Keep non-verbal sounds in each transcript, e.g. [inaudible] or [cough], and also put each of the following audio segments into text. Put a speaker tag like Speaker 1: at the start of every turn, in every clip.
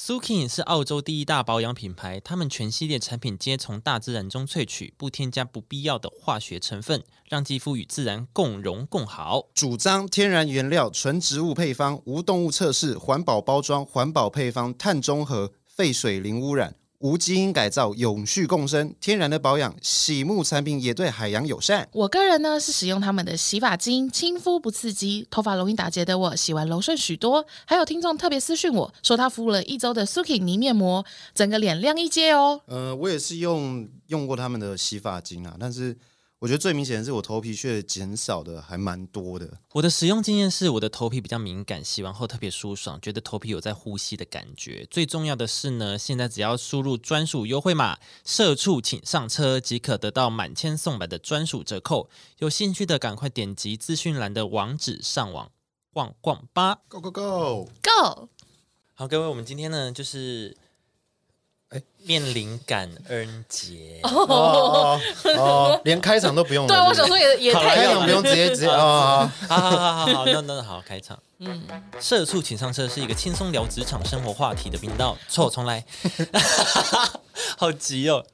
Speaker 1: Sukin 是澳洲第一大保养品牌，他们全系列产品皆从大自然中萃取，不添加不必要的化学成分，让肌肤与自然共荣共好。
Speaker 2: 主张天然原料、纯植物配方、无动物测试、环保包装、环保配方、碳中和、废水零污染、无基因改造、永续共生、天然的保养，洗沐产品也对海洋友善。
Speaker 3: 我个人呢是使用他们的洗发精，亲肤不刺激，头发容易打结的我洗完柔顺许多。还有听众特别私讯我说他敷了一周的 Suki 泥面膜，整个脸亮一阶哦。
Speaker 2: 呃，我也是用用过他们的洗发精啊，但是我觉得最明显的是我头皮屑减少的还蛮多的。
Speaker 1: 我的使用经验是，我的头皮比较敏感，洗完后特别舒爽，觉得头皮有在呼吸的感觉。最重要的是呢，现在只要输入专属优惠码“社畜请上车”，即可得到满千送百的专属折扣。有兴趣的赶快点击资讯栏的网址上网逛逛吧。
Speaker 2: Go go go！
Speaker 3: Go，
Speaker 1: 好，各位，我们今天呢就是。面临感恩节，
Speaker 2: 哦哦，连开场都不用了。
Speaker 3: 对啊，我想说也也
Speaker 1: 好了
Speaker 3: 太
Speaker 2: 开
Speaker 3: 远
Speaker 2: 场
Speaker 3: 了
Speaker 2: 不用直接直接啊，
Speaker 1: 好好好好好，那那好，开场。嗯，社畜请上车是一个轻松聊职场生活话题的频道。错，重来。好急哦。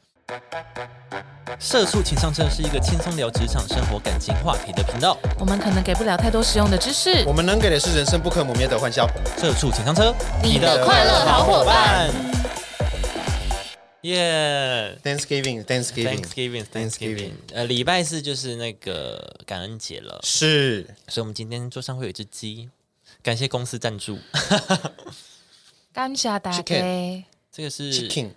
Speaker 1: 社畜请上车是一个轻松聊职场生活感情话题的频道。
Speaker 3: 我们可能给不了太多实用的知 [laughs] 识
Speaker 2: 我。们能给的是人生不可磨灭的欢笑。
Speaker 1: 社畜请上车，
Speaker 3: 你的快乐好伙伴。
Speaker 1: 耶、
Speaker 2: Thanksgiving，Thanksgiving，
Speaker 1: Thanksgiving，Thanksgiving，呃，礼拜四就是那个感恩节了，
Speaker 2: 是
Speaker 1: 所以我们今天桌上会有一只鸡，感谢公司赞助。 [laughs]
Speaker 3: 感谢大家
Speaker 2: Chicken
Speaker 1: 这个是
Speaker 2: chicken，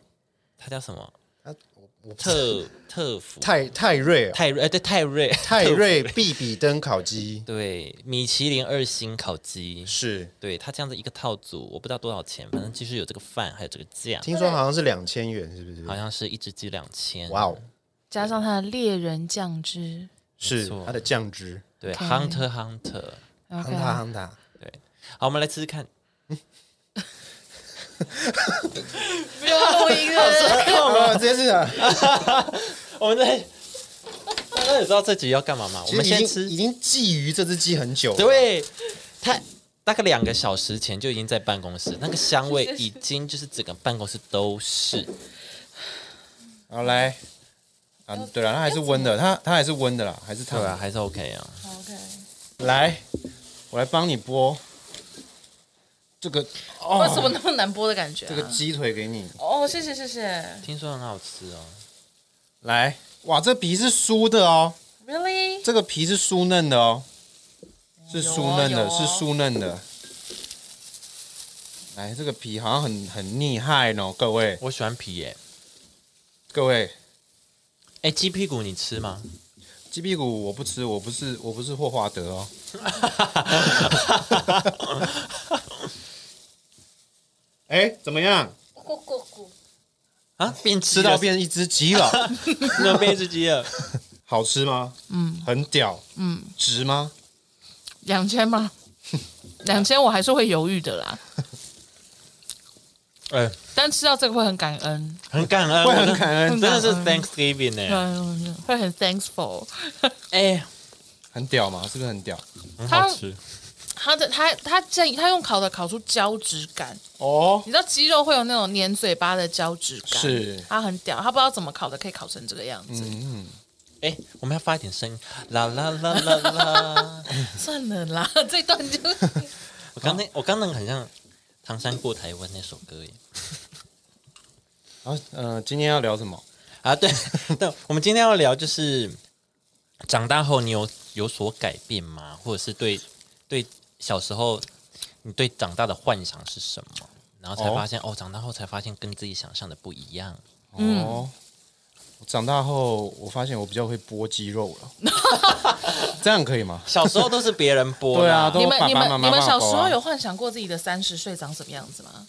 Speaker 1: 它叫什么？
Speaker 2: 啊我我不
Speaker 1: 特特福
Speaker 2: 泰泰瑞哦
Speaker 1: 泰瑞，呃，对，泰瑞，
Speaker 2: 泰
Speaker 1: 特
Speaker 2: 瑞必比登烤鸡
Speaker 1: 对，米其林二星烤鸡，
Speaker 2: 是，
Speaker 1: 对它这样子一个套组，我不知道多少钱，反正就是有这个饭，还有这个酱，
Speaker 2: 听说好像是两千元，是不是
Speaker 1: 好？像是一只鸡两千。
Speaker 2: 哇哦，
Speaker 3: 加上它的猎人酱汁。
Speaker 2: 是
Speaker 1: 错
Speaker 2: 它的酱汁，
Speaker 1: 对
Speaker 3: OK
Speaker 1: ，Hunter Hunter。
Speaker 2: 夯
Speaker 3: OK，
Speaker 2: 它夯它，
Speaker 1: 好，我们来吃吃看。
Speaker 3: 不用录
Speaker 2: [laughs]
Speaker 3: 音 [laughs] 了。
Speaker 2: 哦，这是啊，
Speaker 1: 我们在， [laughs] 那你知道这集要干嘛吗？我
Speaker 2: 其实
Speaker 1: 们
Speaker 2: 已
Speaker 1: 先
Speaker 2: 经
Speaker 1: 吃
Speaker 2: 已。经觊觎这只鸡很久了，
Speaker 1: 对，它大概两个小时前就已经在办公室，那个香味已经 [laughs] 就是整个办公室都是。
Speaker 2: 好来啊，
Speaker 3: 呃
Speaker 2: 对了，它还是温的，它它还是温的啦，还是
Speaker 1: 对
Speaker 2: 烫
Speaker 1: 啊，
Speaker 2: 的。
Speaker 1: 还是 OK 啊。
Speaker 3: 哦 OK，
Speaker 2: 来，我来帮你剥这个
Speaker 3: 为什
Speaker 2: 哦，
Speaker 3: 么那么难播的感觉、啊？
Speaker 2: 这个鸡腿给你。
Speaker 3: 哦，谢谢谢谢
Speaker 1: 听说很好吃哦。
Speaker 2: 来，哇，这皮是酥的哦，
Speaker 3: ，Really？
Speaker 2: 这个皮是酥嫩的哦，是酥嫩
Speaker 3: 有
Speaker 2: 的，
Speaker 3: 哦
Speaker 2: 是酥嫩的。来，这个皮好像很很厉害哦，各位
Speaker 1: 我喜欢皮耶、
Speaker 2: 各位，
Speaker 1: 哎，鸡屁股你吃吗？
Speaker 2: 鸡屁股我不吃，我不是我不是霍华德 [laughs] 哦。哎，怎么样？
Speaker 3: 咕咕咕，
Speaker 1: 啊，变鸡
Speaker 2: 吃
Speaker 1: 了 [laughs]
Speaker 2: 到变一只鸡了，
Speaker 1: 怎么变一只鸡了？
Speaker 2: 好吃吗？
Speaker 3: 嗯
Speaker 2: 很屌，
Speaker 3: 嗯，
Speaker 2: 值吗？
Speaker 3: 两千吗？两千我还是会犹豫的啦，
Speaker 1: 哎，
Speaker 3: 但吃到这个会很感恩，
Speaker 1: 很感恩，
Speaker 2: 会很感恩
Speaker 1: 真的是
Speaker 3: 很
Speaker 1: Thanksgiving
Speaker 2: 哎
Speaker 1: 呢、
Speaker 3: 嗯，会很 thankful。
Speaker 1: 哎、
Speaker 2: 很屌吗？是不是很屌？
Speaker 1: 很
Speaker 3: 它
Speaker 1: 好吃。
Speaker 3: 它的它它建议它用烤的烤出胶质感，
Speaker 2: 哦，
Speaker 3: 你知道鸡肉会有那种粘嘴巴的胶质感，
Speaker 2: 是
Speaker 3: 它很屌，它不知道怎么烤的可以烤成这个样子。
Speaker 2: 嗯，
Speaker 1: 哎、我们要发一点声音，啦啦啦啦 [laughs] 啦。
Speaker 3: 算了啦， [laughs] 这段
Speaker 2: [laughs]
Speaker 3: 就
Speaker 1: 我刚那我刚那个很像《唐山过台湾》那首歌耶。
Speaker 2: 然后呃，今天要聊什么？
Speaker 1: 啊，对对，我们今天要聊就是长大后你有有所改变吗？或者是对对小时候你对长大的幻想是什么？然后才
Speaker 2: 哦
Speaker 1: 发现哦长大后才发现跟自己想象的不一样。
Speaker 3: 嗯
Speaker 2: 哦，我长大后我发现我比较会剥鸡肉了，
Speaker 3: [laughs]
Speaker 2: 这样可以吗？
Speaker 1: 小时候都是别人播
Speaker 2: [laughs] 对啊
Speaker 1: 啦，
Speaker 2: 都
Speaker 3: 你们
Speaker 2: 爸爸
Speaker 3: 你们
Speaker 2: 妈妈
Speaker 3: 你们
Speaker 2: 骂
Speaker 3: 小
Speaker 2: 狗
Speaker 3: 时
Speaker 2: 啊
Speaker 3: 候有幻想过自己的三十岁长什么样子吗？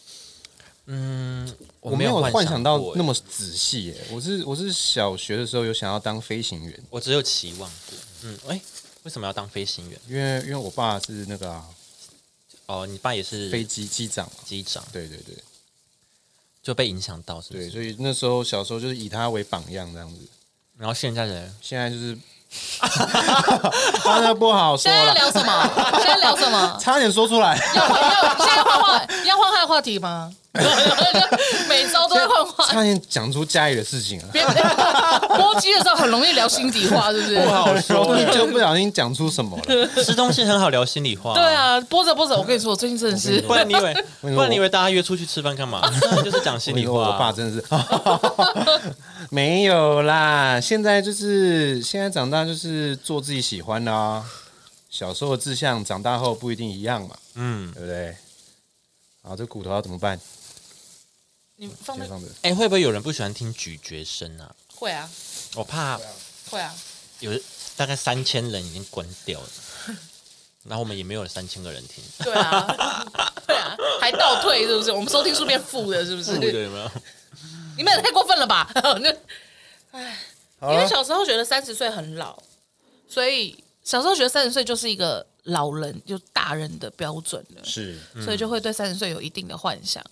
Speaker 1: 嗯，
Speaker 2: 我没有幻想到
Speaker 1: 过耶
Speaker 2: 那么仔细耶。我是我是小学的时候有想要当飞行员，
Speaker 1: 我只有期望过。嗯，哎、为什么要当飞行员？
Speaker 2: 因为因为我爸是那个啊、
Speaker 1: 哦，你爸也是
Speaker 2: 飞机机长嘛。
Speaker 1: 机长，
Speaker 2: 对对对
Speaker 1: 就被影响到是不
Speaker 2: 对，
Speaker 1: 是？
Speaker 2: 所以那时候小时候就是以他为榜样这样子。
Speaker 1: 然后现在人 [laughs]
Speaker 2: 现在
Speaker 3: [laughs]
Speaker 2: 就是， [laughs] 啊，那不好说
Speaker 3: 现在要
Speaker 2: 了，
Speaker 3: 聊什
Speaker 2: [laughs]
Speaker 3: 么？现在聊什么？
Speaker 2: 差点说出来。 [laughs]
Speaker 3: 要要现在换话要换他的话题吗？每周都在换话 [laughs] 题。
Speaker 4: 差点讲出家里的事情啊，
Speaker 3: 别播机的时候很容易聊心底话，对 [laughs] 不对？
Speaker 1: 不好
Speaker 2: [laughs]
Speaker 1: 说。
Speaker 4: 就不小心讲出什么了。
Speaker 1: 吃东西很好聊心里话。
Speaker 3: 对，啊，播着播着，我跟你说，我最近真的是
Speaker 1: [laughs] 不然你以为不然你以为大家约出去吃饭干嘛？就是讲心
Speaker 4: 我以
Speaker 1: 里
Speaker 4: 后我
Speaker 1: 话。
Speaker 4: 爸真的是 [laughs] 没有啦，现在就是现在长大就是做自己喜欢的啊。小时候的志向，长大后不一定一样嘛，
Speaker 1: 嗯，
Speaker 4: 对不对？啊，这骨头要怎么办？
Speaker 3: 你放
Speaker 4: 先
Speaker 3: 那
Speaker 4: 放着。
Speaker 1: 哎、会不会有人不喜欢听咀嚼声啊？
Speaker 3: 会啊
Speaker 1: 我怕
Speaker 3: 会啊，
Speaker 1: 有大概三千人已经关掉了，然后我们也没有三千个人听。
Speaker 3: 对啊 [laughs] 对啊，还倒退是不是？我们收听数变负的，是不是？
Speaker 1: 对，有没有？
Speaker 3: 你们也太过分了吧？ [laughs] 那
Speaker 4: 好
Speaker 3: 因为
Speaker 4: 了，
Speaker 3: 小时候觉得三十岁很老，所以小时候觉得三十岁就是一个老人，就大人的标准了，
Speaker 4: 是
Speaker 3: 所以就会对三十岁有一定的幻想。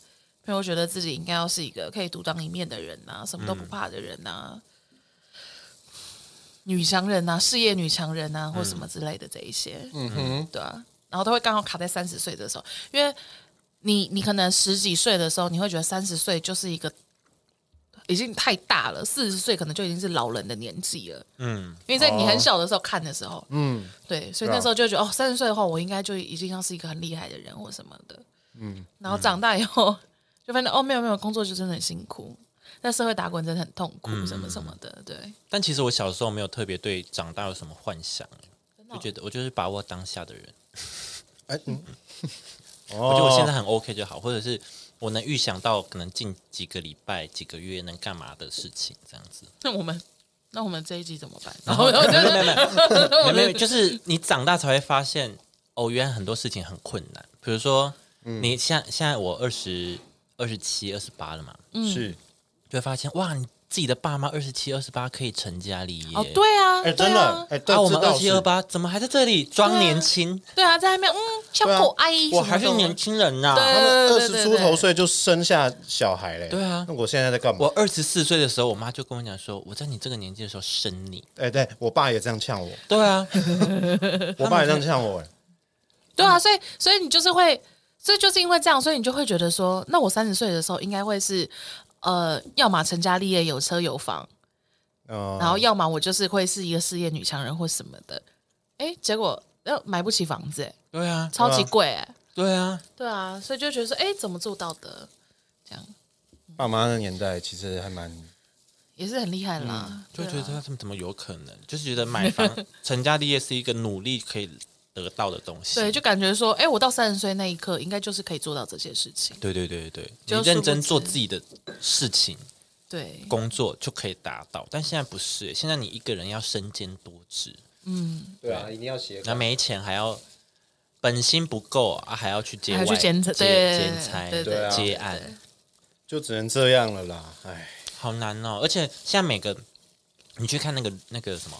Speaker 3: 比如觉得自己应该要是一个可以独当一面的人呐、什么都不怕的人呐、啊女强人呐、事业女强人呐、或什么之类的这一些。
Speaker 4: 嗯哼，
Speaker 3: 对啊，然后都会刚好卡在三十岁的时候，因为你你可能十几岁的时候，你会觉得三十岁就是一个已经太大了，四十岁可能就已经是老人的年纪了。
Speaker 1: 嗯，
Speaker 3: 因为在你
Speaker 4: 哦
Speaker 3: 很小的时候看的时候，
Speaker 4: 嗯，
Speaker 3: 对，所以那时候就觉得哦，三十岁的话，我应该就已经要是一个很厉害的人或什么的。嗯，然后长大以后就发现哦，没有没有，工作就真的很辛苦，在社会打滚真的很痛苦，什么什么的，对，
Speaker 1: 但其实我小时候没有特别对长大有什么幻想、
Speaker 3: 真的
Speaker 1: 就
Speaker 3: 哦
Speaker 1: 觉得我就是把握当下的人，
Speaker 4: 哎，嗯，
Speaker 1: 我
Speaker 4: 哦
Speaker 1: 觉得我现在很 OK 就好，或者是我能预想到可能近几个礼拜、几个月能干嘛的事情，这样子。
Speaker 3: 那我们那我们这一集怎么办？然后我就
Speaker 1: 哦没有没有
Speaker 3: 我
Speaker 1: 没有，
Speaker 3: 们
Speaker 1: [laughs] 就是你长大才会发现，哦，原来很多事情很困难。比如说，你现在现在我二十二十七、二十八了嘛，
Speaker 3: 嗯
Speaker 4: 是，
Speaker 1: 就会发现哇，你自己的爸妈二十七、二十八可以成家立业。
Speaker 3: 哦，对啊，
Speaker 4: 哎，
Speaker 3: 对
Speaker 4: 真的
Speaker 3: 啊，
Speaker 4: 哎，对
Speaker 1: 啊，我们
Speaker 4: 这
Speaker 1: 二
Speaker 4: 倒是
Speaker 1: 七二八怎么还在这里装年轻？
Speaker 3: 对啊，在外面嗯，像
Speaker 4: 对啊
Speaker 3: 破阿姨什
Speaker 1: 我
Speaker 3: 么的，
Speaker 1: 还是年轻人啊呐、
Speaker 4: 他们
Speaker 3: 对
Speaker 4: 二
Speaker 3: 对对
Speaker 4: 十
Speaker 3: 对
Speaker 4: 出头岁就生下小孩嘞。
Speaker 1: 对啊
Speaker 4: 那我现在在干嘛
Speaker 1: 我？二十四岁的时候，我妈就跟我讲说，我在你这个年纪的时候生你。
Speaker 4: 哎，对我爸也这样 [laughs] 呛我，
Speaker 1: 对 [laughs] 啊，
Speaker 4: 我爸也这样呛我。哎
Speaker 3: 对啊，所以所以你就是会，所以就是因为这样，所以你就会觉得说，那我三十岁的时候应该会是。呃，要么成家立业有车有房，
Speaker 4: 嗯
Speaker 3: 然后要么我就是会是一个事业女强人或什么的，哎，结果要买不起房子，哎
Speaker 1: 对啊，
Speaker 3: 超级贵，哎，
Speaker 1: 对啊，
Speaker 3: 对啊，所以就觉得说，哎，怎么做到的？这样
Speaker 4: 爸妈那年代其实还蛮
Speaker 3: 也是很厉害啦，
Speaker 1: 就
Speaker 3: 对啊
Speaker 1: 觉得他们怎么有可能？就是觉得买
Speaker 3: [laughs]
Speaker 1: 房成家立业是一个努力可以得到的东西。
Speaker 3: 对，就感觉说，哎，我到三十岁那一刻，应该就是可以做到这些事情，
Speaker 1: 对对对对
Speaker 3: 就
Speaker 1: 对，你认
Speaker 3: 殊
Speaker 1: 真
Speaker 3: 不
Speaker 1: 做
Speaker 3: 知
Speaker 1: 自己的事情、
Speaker 3: 对，
Speaker 1: 工作就可以达到。但现在不是，现在你一个人要身兼多职，
Speaker 4: 对啊，一定要写
Speaker 1: 那没钱还要本薪不够啊，还要去接
Speaker 3: 还
Speaker 1: 外
Speaker 3: 要去兼
Speaker 1: 接
Speaker 3: 差对
Speaker 1: 兼差
Speaker 3: 对
Speaker 4: 对对
Speaker 1: 接
Speaker 4: 对
Speaker 1: 案，
Speaker 4: 就只能这样了啦。哎，
Speaker 1: 好难哦。而且现在每个你去看那个那个什么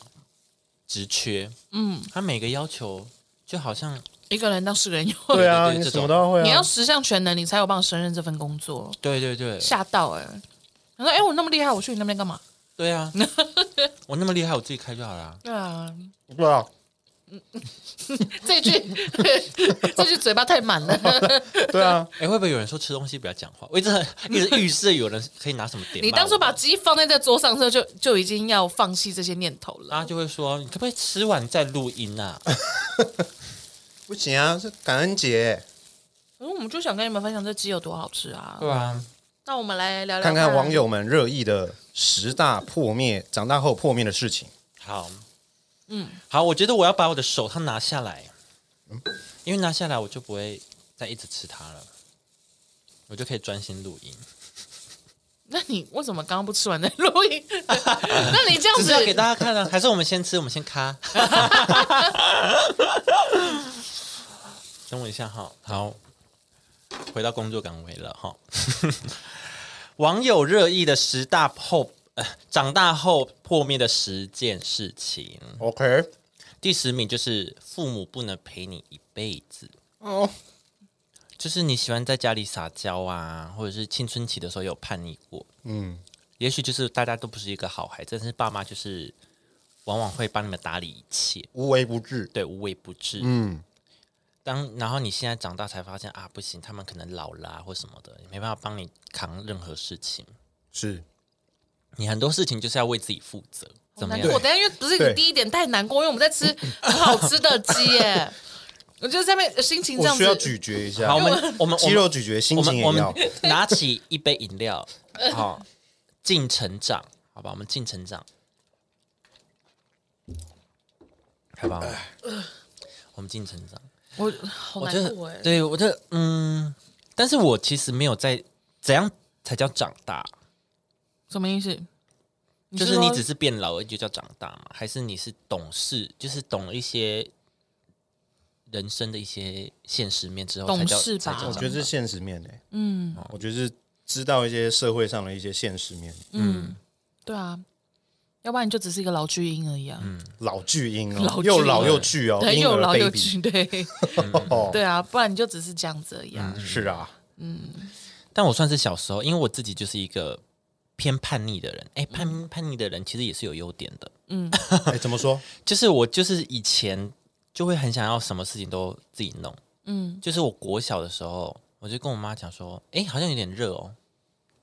Speaker 1: 职缺，
Speaker 3: 嗯，
Speaker 1: 他每个要求就好像
Speaker 3: 一个人当四个人用，
Speaker 4: 对啊，
Speaker 1: 对对
Speaker 4: 你
Speaker 1: 这
Speaker 4: 什么
Speaker 1: 种
Speaker 4: 都会啊。
Speaker 3: 你要十项全能，你才有办法胜任这份工作。
Speaker 1: 对对对，
Speaker 3: 吓到哎、欸！他说：“哎、我那么厉害，我去你那边干嘛
Speaker 1: 对
Speaker 3: [laughs]
Speaker 1: 啊，我那么厉害，我自己开就好啦？”。
Speaker 3: 对啊，
Speaker 4: 对啊，
Speaker 3: 这句 [laughs] 这句嘴巴太满了。
Speaker 4: 对啊，
Speaker 1: 哎、会不会有人说吃东西不要讲话？我一直很一直预示有人可以拿什么点骂我。
Speaker 3: 你当初把鸡放在这桌上的时候，就就已经要放弃这些念头了。
Speaker 1: 大家就会说，你可不可以吃完再录音
Speaker 3: [laughs]
Speaker 1: 啊？
Speaker 4: [laughs] 不行啊，是感恩节，
Speaker 3: 可是嗯我们就想跟你们分享这鸡有多好吃啊！
Speaker 1: 对啊，
Speaker 3: 那我们来聊聊
Speaker 4: 看看网。友们热议的十大破灭长大后破灭的事情。
Speaker 1: 好，嗯，好，我觉得我要把我的手套拿下来，因为拿下来我就不会再一直吃它了，我就可以专心录音。
Speaker 3: 那你为什么刚刚不吃完再
Speaker 1: [laughs]
Speaker 3: 录音？那你这样
Speaker 1: 只是要给
Speaker 3: 子，
Speaker 1: 大家看啊，还是我们先吃，我们先咔。 [laughs] 等我一下哈，好，回到工作岗位了哈。 [laughs] 网友热议的十大后、呃、长大后破灭的十件事情，
Speaker 2: 嗯
Speaker 4: OK，
Speaker 1: 第十名就是父母不能陪你一辈子。
Speaker 4: 哦，
Speaker 1: 就是你喜欢在家里撒娇啊，或者是青春期的时候有叛逆过，
Speaker 4: 嗯，
Speaker 1: 也许就是大家都不是一个好孩子，但是爸妈就是往往会帮你们打理一切。
Speaker 4: 无微不至，
Speaker 1: 对，无微不至。
Speaker 4: 嗯，
Speaker 1: 当然后你现在长大才发现啊，不行，他们可能老啦、或什么的，也没办法帮你扛任何事情。
Speaker 2: 是
Speaker 1: 你很多事情就是要为自己负责，怎么
Speaker 3: 哦难
Speaker 1: 样？
Speaker 3: 过，等一下因为不是
Speaker 2: 对
Speaker 3: 你第一点太难过，因为我们在吃很好吃的鸡
Speaker 1: [laughs]
Speaker 3: 耶，我就在那边心情这
Speaker 2: 我
Speaker 3: 样
Speaker 2: 需要
Speaker 3: 子，
Speaker 2: 咀嚼一下
Speaker 1: 好，我，们我们
Speaker 2: 肌肉咀嚼，心
Speaker 1: 我
Speaker 2: 情
Speaker 1: 们
Speaker 2: 也
Speaker 1: 我们
Speaker 2: 要。
Speaker 1: [laughs] 拿起一杯饮
Speaker 3: [laughs]
Speaker 1: 料，好，进成长，好吧，我们进成长，好吧，我们进成长。
Speaker 3: 我好
Speaker 1: 我觉
Speaker 3: 难
Speaker 1: 得
Speaker 3: 过哎，
Speaker 1: 对我觉得嗯，但是我其实没有在怎样才叫长大，
Speaker 3: 什么意思？
Speaker 1: 就是你只
Speaker 3: 是
Speaker 1: 是变老而已就叫长大嘛？还是你是懂事，就是懂了一些人生的一些现实面之后才
Speaker 3: 懂
Speaker 1: 叫
Speaker 3: 事
Speaker 1: 才
Speaker 3: 吧
Speaker 1: 叫
Speaker 3: 我
Speaker 2: 我
Speaker 1: 长
Speaker 2: 觉得
Speaker 1: 大
Speaker 2: 是现实面诶、欸啊
Speaker 3: 嗯
Speaker 2: 我觉得是知道一些社会上的一些现实面。
Speaker 3: 嗯，对啊，要不然你就只是一个老巨婴而已啊，
Speaker 1: 嗯
Speaker 2: 老巨婴
Speaker 3: 老
Speaker 2: 哦，
Speaker 3: 巨婴
Speaker 2: 又老又巨哦，
Speaker 3: 对，
Speaker 2: 婴
Speaker 3: 又
Speaker 2: 儿
Speaker 3: 老又
Speaker 2: baby
Speaker 3: 巨，对 [laughs]
Speaker 2: 哦，
Speaker 3: 对啊，不然你就只是这样子而已啊。
Speaker 2: 是
Speaker 4: [laughs]
Speaker 2: 啊，
Speaker 1: 但我算是小时候，因为我自己就是一个偏叛逆的人。哎、
Speaker 3: 嗯
Speaker 1: 叛叛逆的人其实也是有优点的，
Speaker 2: 哎，怎么说？
Speaker 1: 就是我就是以前就会很想要什么事情都自己弄。嗯，就是我国小的时候，我就跟我妈讲说，哎、好像有点热哦。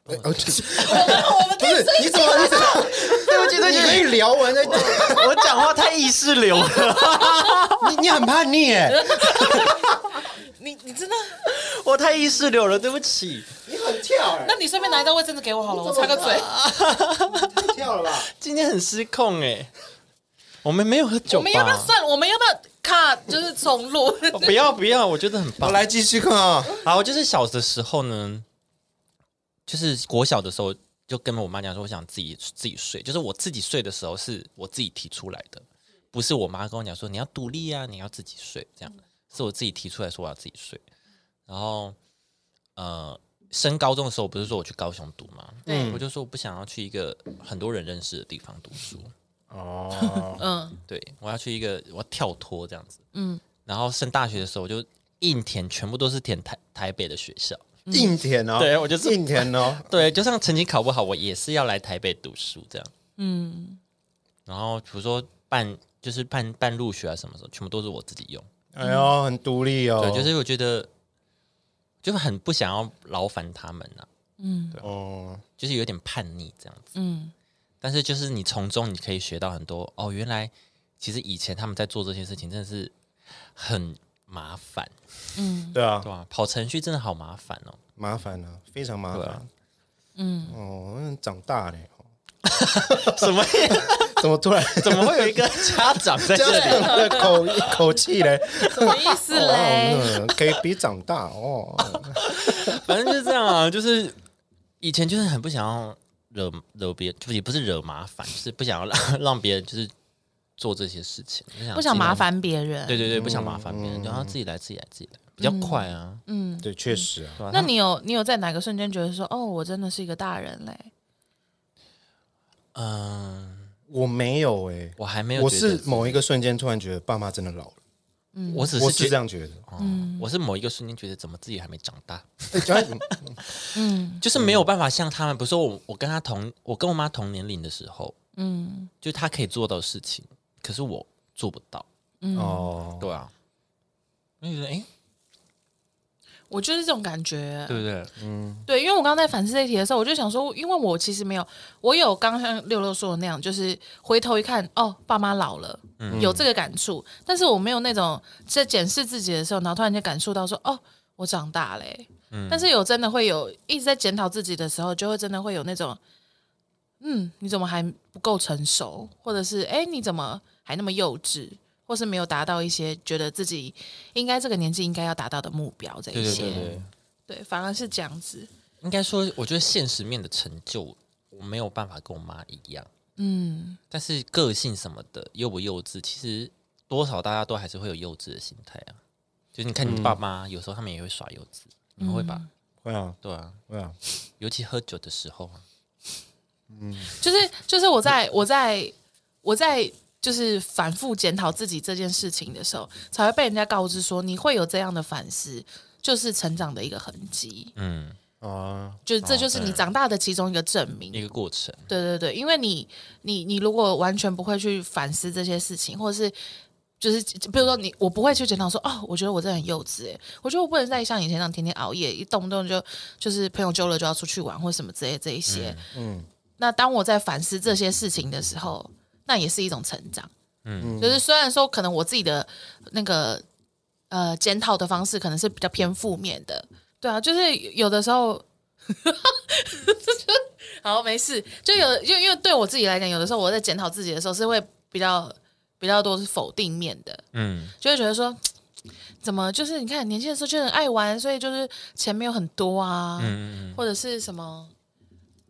Speaker 2: 哎哦这 [laughs] 是不是你怎么你怎么？ [laughs]
Speaker 1: 对不起，
Speaker 2: 你可以聊啊完再，
Speaker 1: [laughs] 我讲话太意识流了，
Speaker 2: 你你很叛逆哎，
Speaker 1: 嗯
Speaker 3: 你你真的？
Speaker 1: [laughs] 我太意识流了，对不起。
Speaker 2: [laughs] 你很跳哎
Speaker 3: 那，你顺便拿一张卫生纸给我好了，我擦个嘴。
Speaker 2: 太跳 [laughs] 了吧？
Speaker 1: 今天很失控哎、我们没有喝酒吧？哦
Speaker 3: 我们要不要算？我们要不要卡？就是
Speaker 1: [laughs]
Speaker 3: 重录？
Speaker 1: 不要不要，我觉得很棒
Speaker 2: 我。来继续看啊，
Speaker 1: 好，就是小的时候呢，就是国小的时候，就跟我妈讲说，我想自己自己睡。就是我自己睡的时候，是我自己提出来的，不是我妈跟我讲说你要独立啊，你要自己睡，这样是我自己提出来说我要自己睡。然后，呃，升高中的时候，我不是说我去高雄读吗？
Speaker 3: 对
Speaker 1: 我就说我不想要去一个很多人认识的地方读书。
Speaker 2: 哦，
Speaker 3: 嗯，
Speaker 1: 对，我要去一个，我要跳脱这样子。嗯，然后升大学的时候，我就硬填，全部都是填台台北的学校。
Speaker 2: [laughs] 硬填哦，
Speaker 1: 对我就是
Speaker 2: 硬填哦，
Speaker 1: [laughs] 对，就算成绩考不好，我也是要来台北读书这样。嗯，然后比如说办就是办办入学啊什么什么，全部都是我自己用。
Speaker 2: 哎呦，很独立哦，
Speaker 1: 对，就是我觉得就很不想要劳烦他们啊，
Speaker 2: 哦，
Speaker 1: 就是有点叛逆这样子。嗯，但是就是你从中你可以学到很多哦，原来其实以前他们在做这些事情真的是很麻烦，
Speaker 2: 对啊
Speaker 1: 对，吧、跑程序真的好麻烦哦。
Speaker 2: 麻烦啊，非常麻
Speaker 1: 对
Speaker 2: 烦
Speaker 1: 啊，
Speaker 2: 嗯，哦，那长大嘞，
Speaker 1: 什么？
Speaker 2: 怎么突然
Speaker 1: [laughs] 怎么会有一个家长在
Speaker 2: [laughs] 这
Speaker 1: 这里？
Speaker 2: 样的口口气嘞？
Speaker 3: 什么意思嘞？
Speaker 2: 哦，嗯可以比长大哦， [laughs]
Speaker 1: 反正就是这样啊，就是以前就是很不想要惹惹别人，就也不是惹麻烦，就是不想要让让别人就是做这些事情，不想
Speaker 3: [laughs] 不想麻
Speaker 1: 自己
Speaker 3: 烦别人。
Speaker 1: 来。对对对，不想麻烦别
Speaker 2: 嗯
Speaker 1: 人，然后自己来，自己来，自己来，比较快啊。
Speaker 2: 对，确实啊，
Speaker 3: 那你有你有在哪个瞬间觉得说，哦，我真的是一个大人嘞？
Speaker 1: 嗯，
Speaker 2: 我没有哎，
Speaker 1: 我还没有
Speaker 2: 我
Speaker 1: 觉得，
Speaker 2: 是某一个瞬间突然觉得爸妈真的老了，
Speaker 1: 我只
Speaker 2: 我
Speaker 1: 是
Speaker 2: 是
Speaker 1: 觉
Speaker 2: 这
Speaker 1: 得，
Speaker 2: 样觉
Speaker 1: [laughs]
Speaker 2: 得。
Speaker 1: 嗯，我是某一个瞬间觉得怎么自己还没长大，
Speaker 2: 哎主要
Speaker 1: 就是没有办法像他们，比如说我我跟他同，我跟我妈同年龄的时候，嗯，就他可以做到的事情，可是我做不到，
Speaker 4: 嗯
Speaker 3: [laughs]
Speaker 2: 哦，
Speaker 1: 对啊，我就觉得哎，
Speaker 3: 我就是这种感觉。
Speaker 1: 对不对？
Speaker 4: 嗯
Speaker 3: 对，因为我刚刚在反思这一题的时候，我就想说，因为我其实没有，我有刚刚像六六说的那样，就是回头一看，哦，爸妈老了，
Speaker 1: 嗯
Speaker 3: 有这个感触，但是我没有那种在检视自己的时候，然后突然间感受到说，哦，我长大嘞、
Speaker 1: 嗯
Speaker 3: 但是有真的会有一直在检讨自己的时候，就会真的会有那种，嗯，你怎么还不够成熟，或者是哎、诶你怎么还那么幼稚，或是没有达到一些觉得自己应该这个年纪应该要达到的目标这
Speaker 1: 对
Speaker 3: 一
Speaker 1: 对
Speaker 3: 些，
Speaker 1: 对对。
Speaker 3: 对，反而是这样子。
Speaker 1: 应该说，我觉得现实面的成就，我没有办法跟我妈一样。嗯，但是个性什么的，幼不幼稚，其实多少大家都还是会有幼稚的心态啊。就是你看你爸妈，有时候他们也会耍幼稚，你们会吧？
Speaker 2: 会啊，
Speaker 1: 对啊，
Speaker 2: 会啊，
Speaker 1: 尤其喝酒的时候啊，
Speaker 3: 就是就是我在我在我在就是反复检讨自己这件事情的时候，才会被人家告知说你会有这样的反思，就是成长的一个痕迹，
Speaker 1: 嗯，
Speaker 2: 啊，
Speaker 3: 就是这就是你长大的其中一个证明。
Speaker 1: 一个过程，
Speaker 3: 对对对，因为你你你如果完全不会去反思这些事情，或者是就是比如说你，我不会去检讨说，哦，我觉得我真的很幼稚，哎，我觉得我不能再像以前那样天天熬夜，一动不动就就是朋友揪了就要出去玩或什么之类这一些。嗯，那当我在反思这些事情的时候，那也是一种成长。嗯，就是虽然说可能我自己的那个呃检讨的方式可能是比较偏负面的，对啊，就是有的时候。好，没事。就有，因为因为对我自己来讲，有的时候我在检讨自己的时候，是会比较比较多是否定面的，
Speaker 1: 嗯，
Speaker 3: 就会觉得说，怎么就是你看年轻的时候就很爱玩，所以就是钱没有很多啊，或者是什么，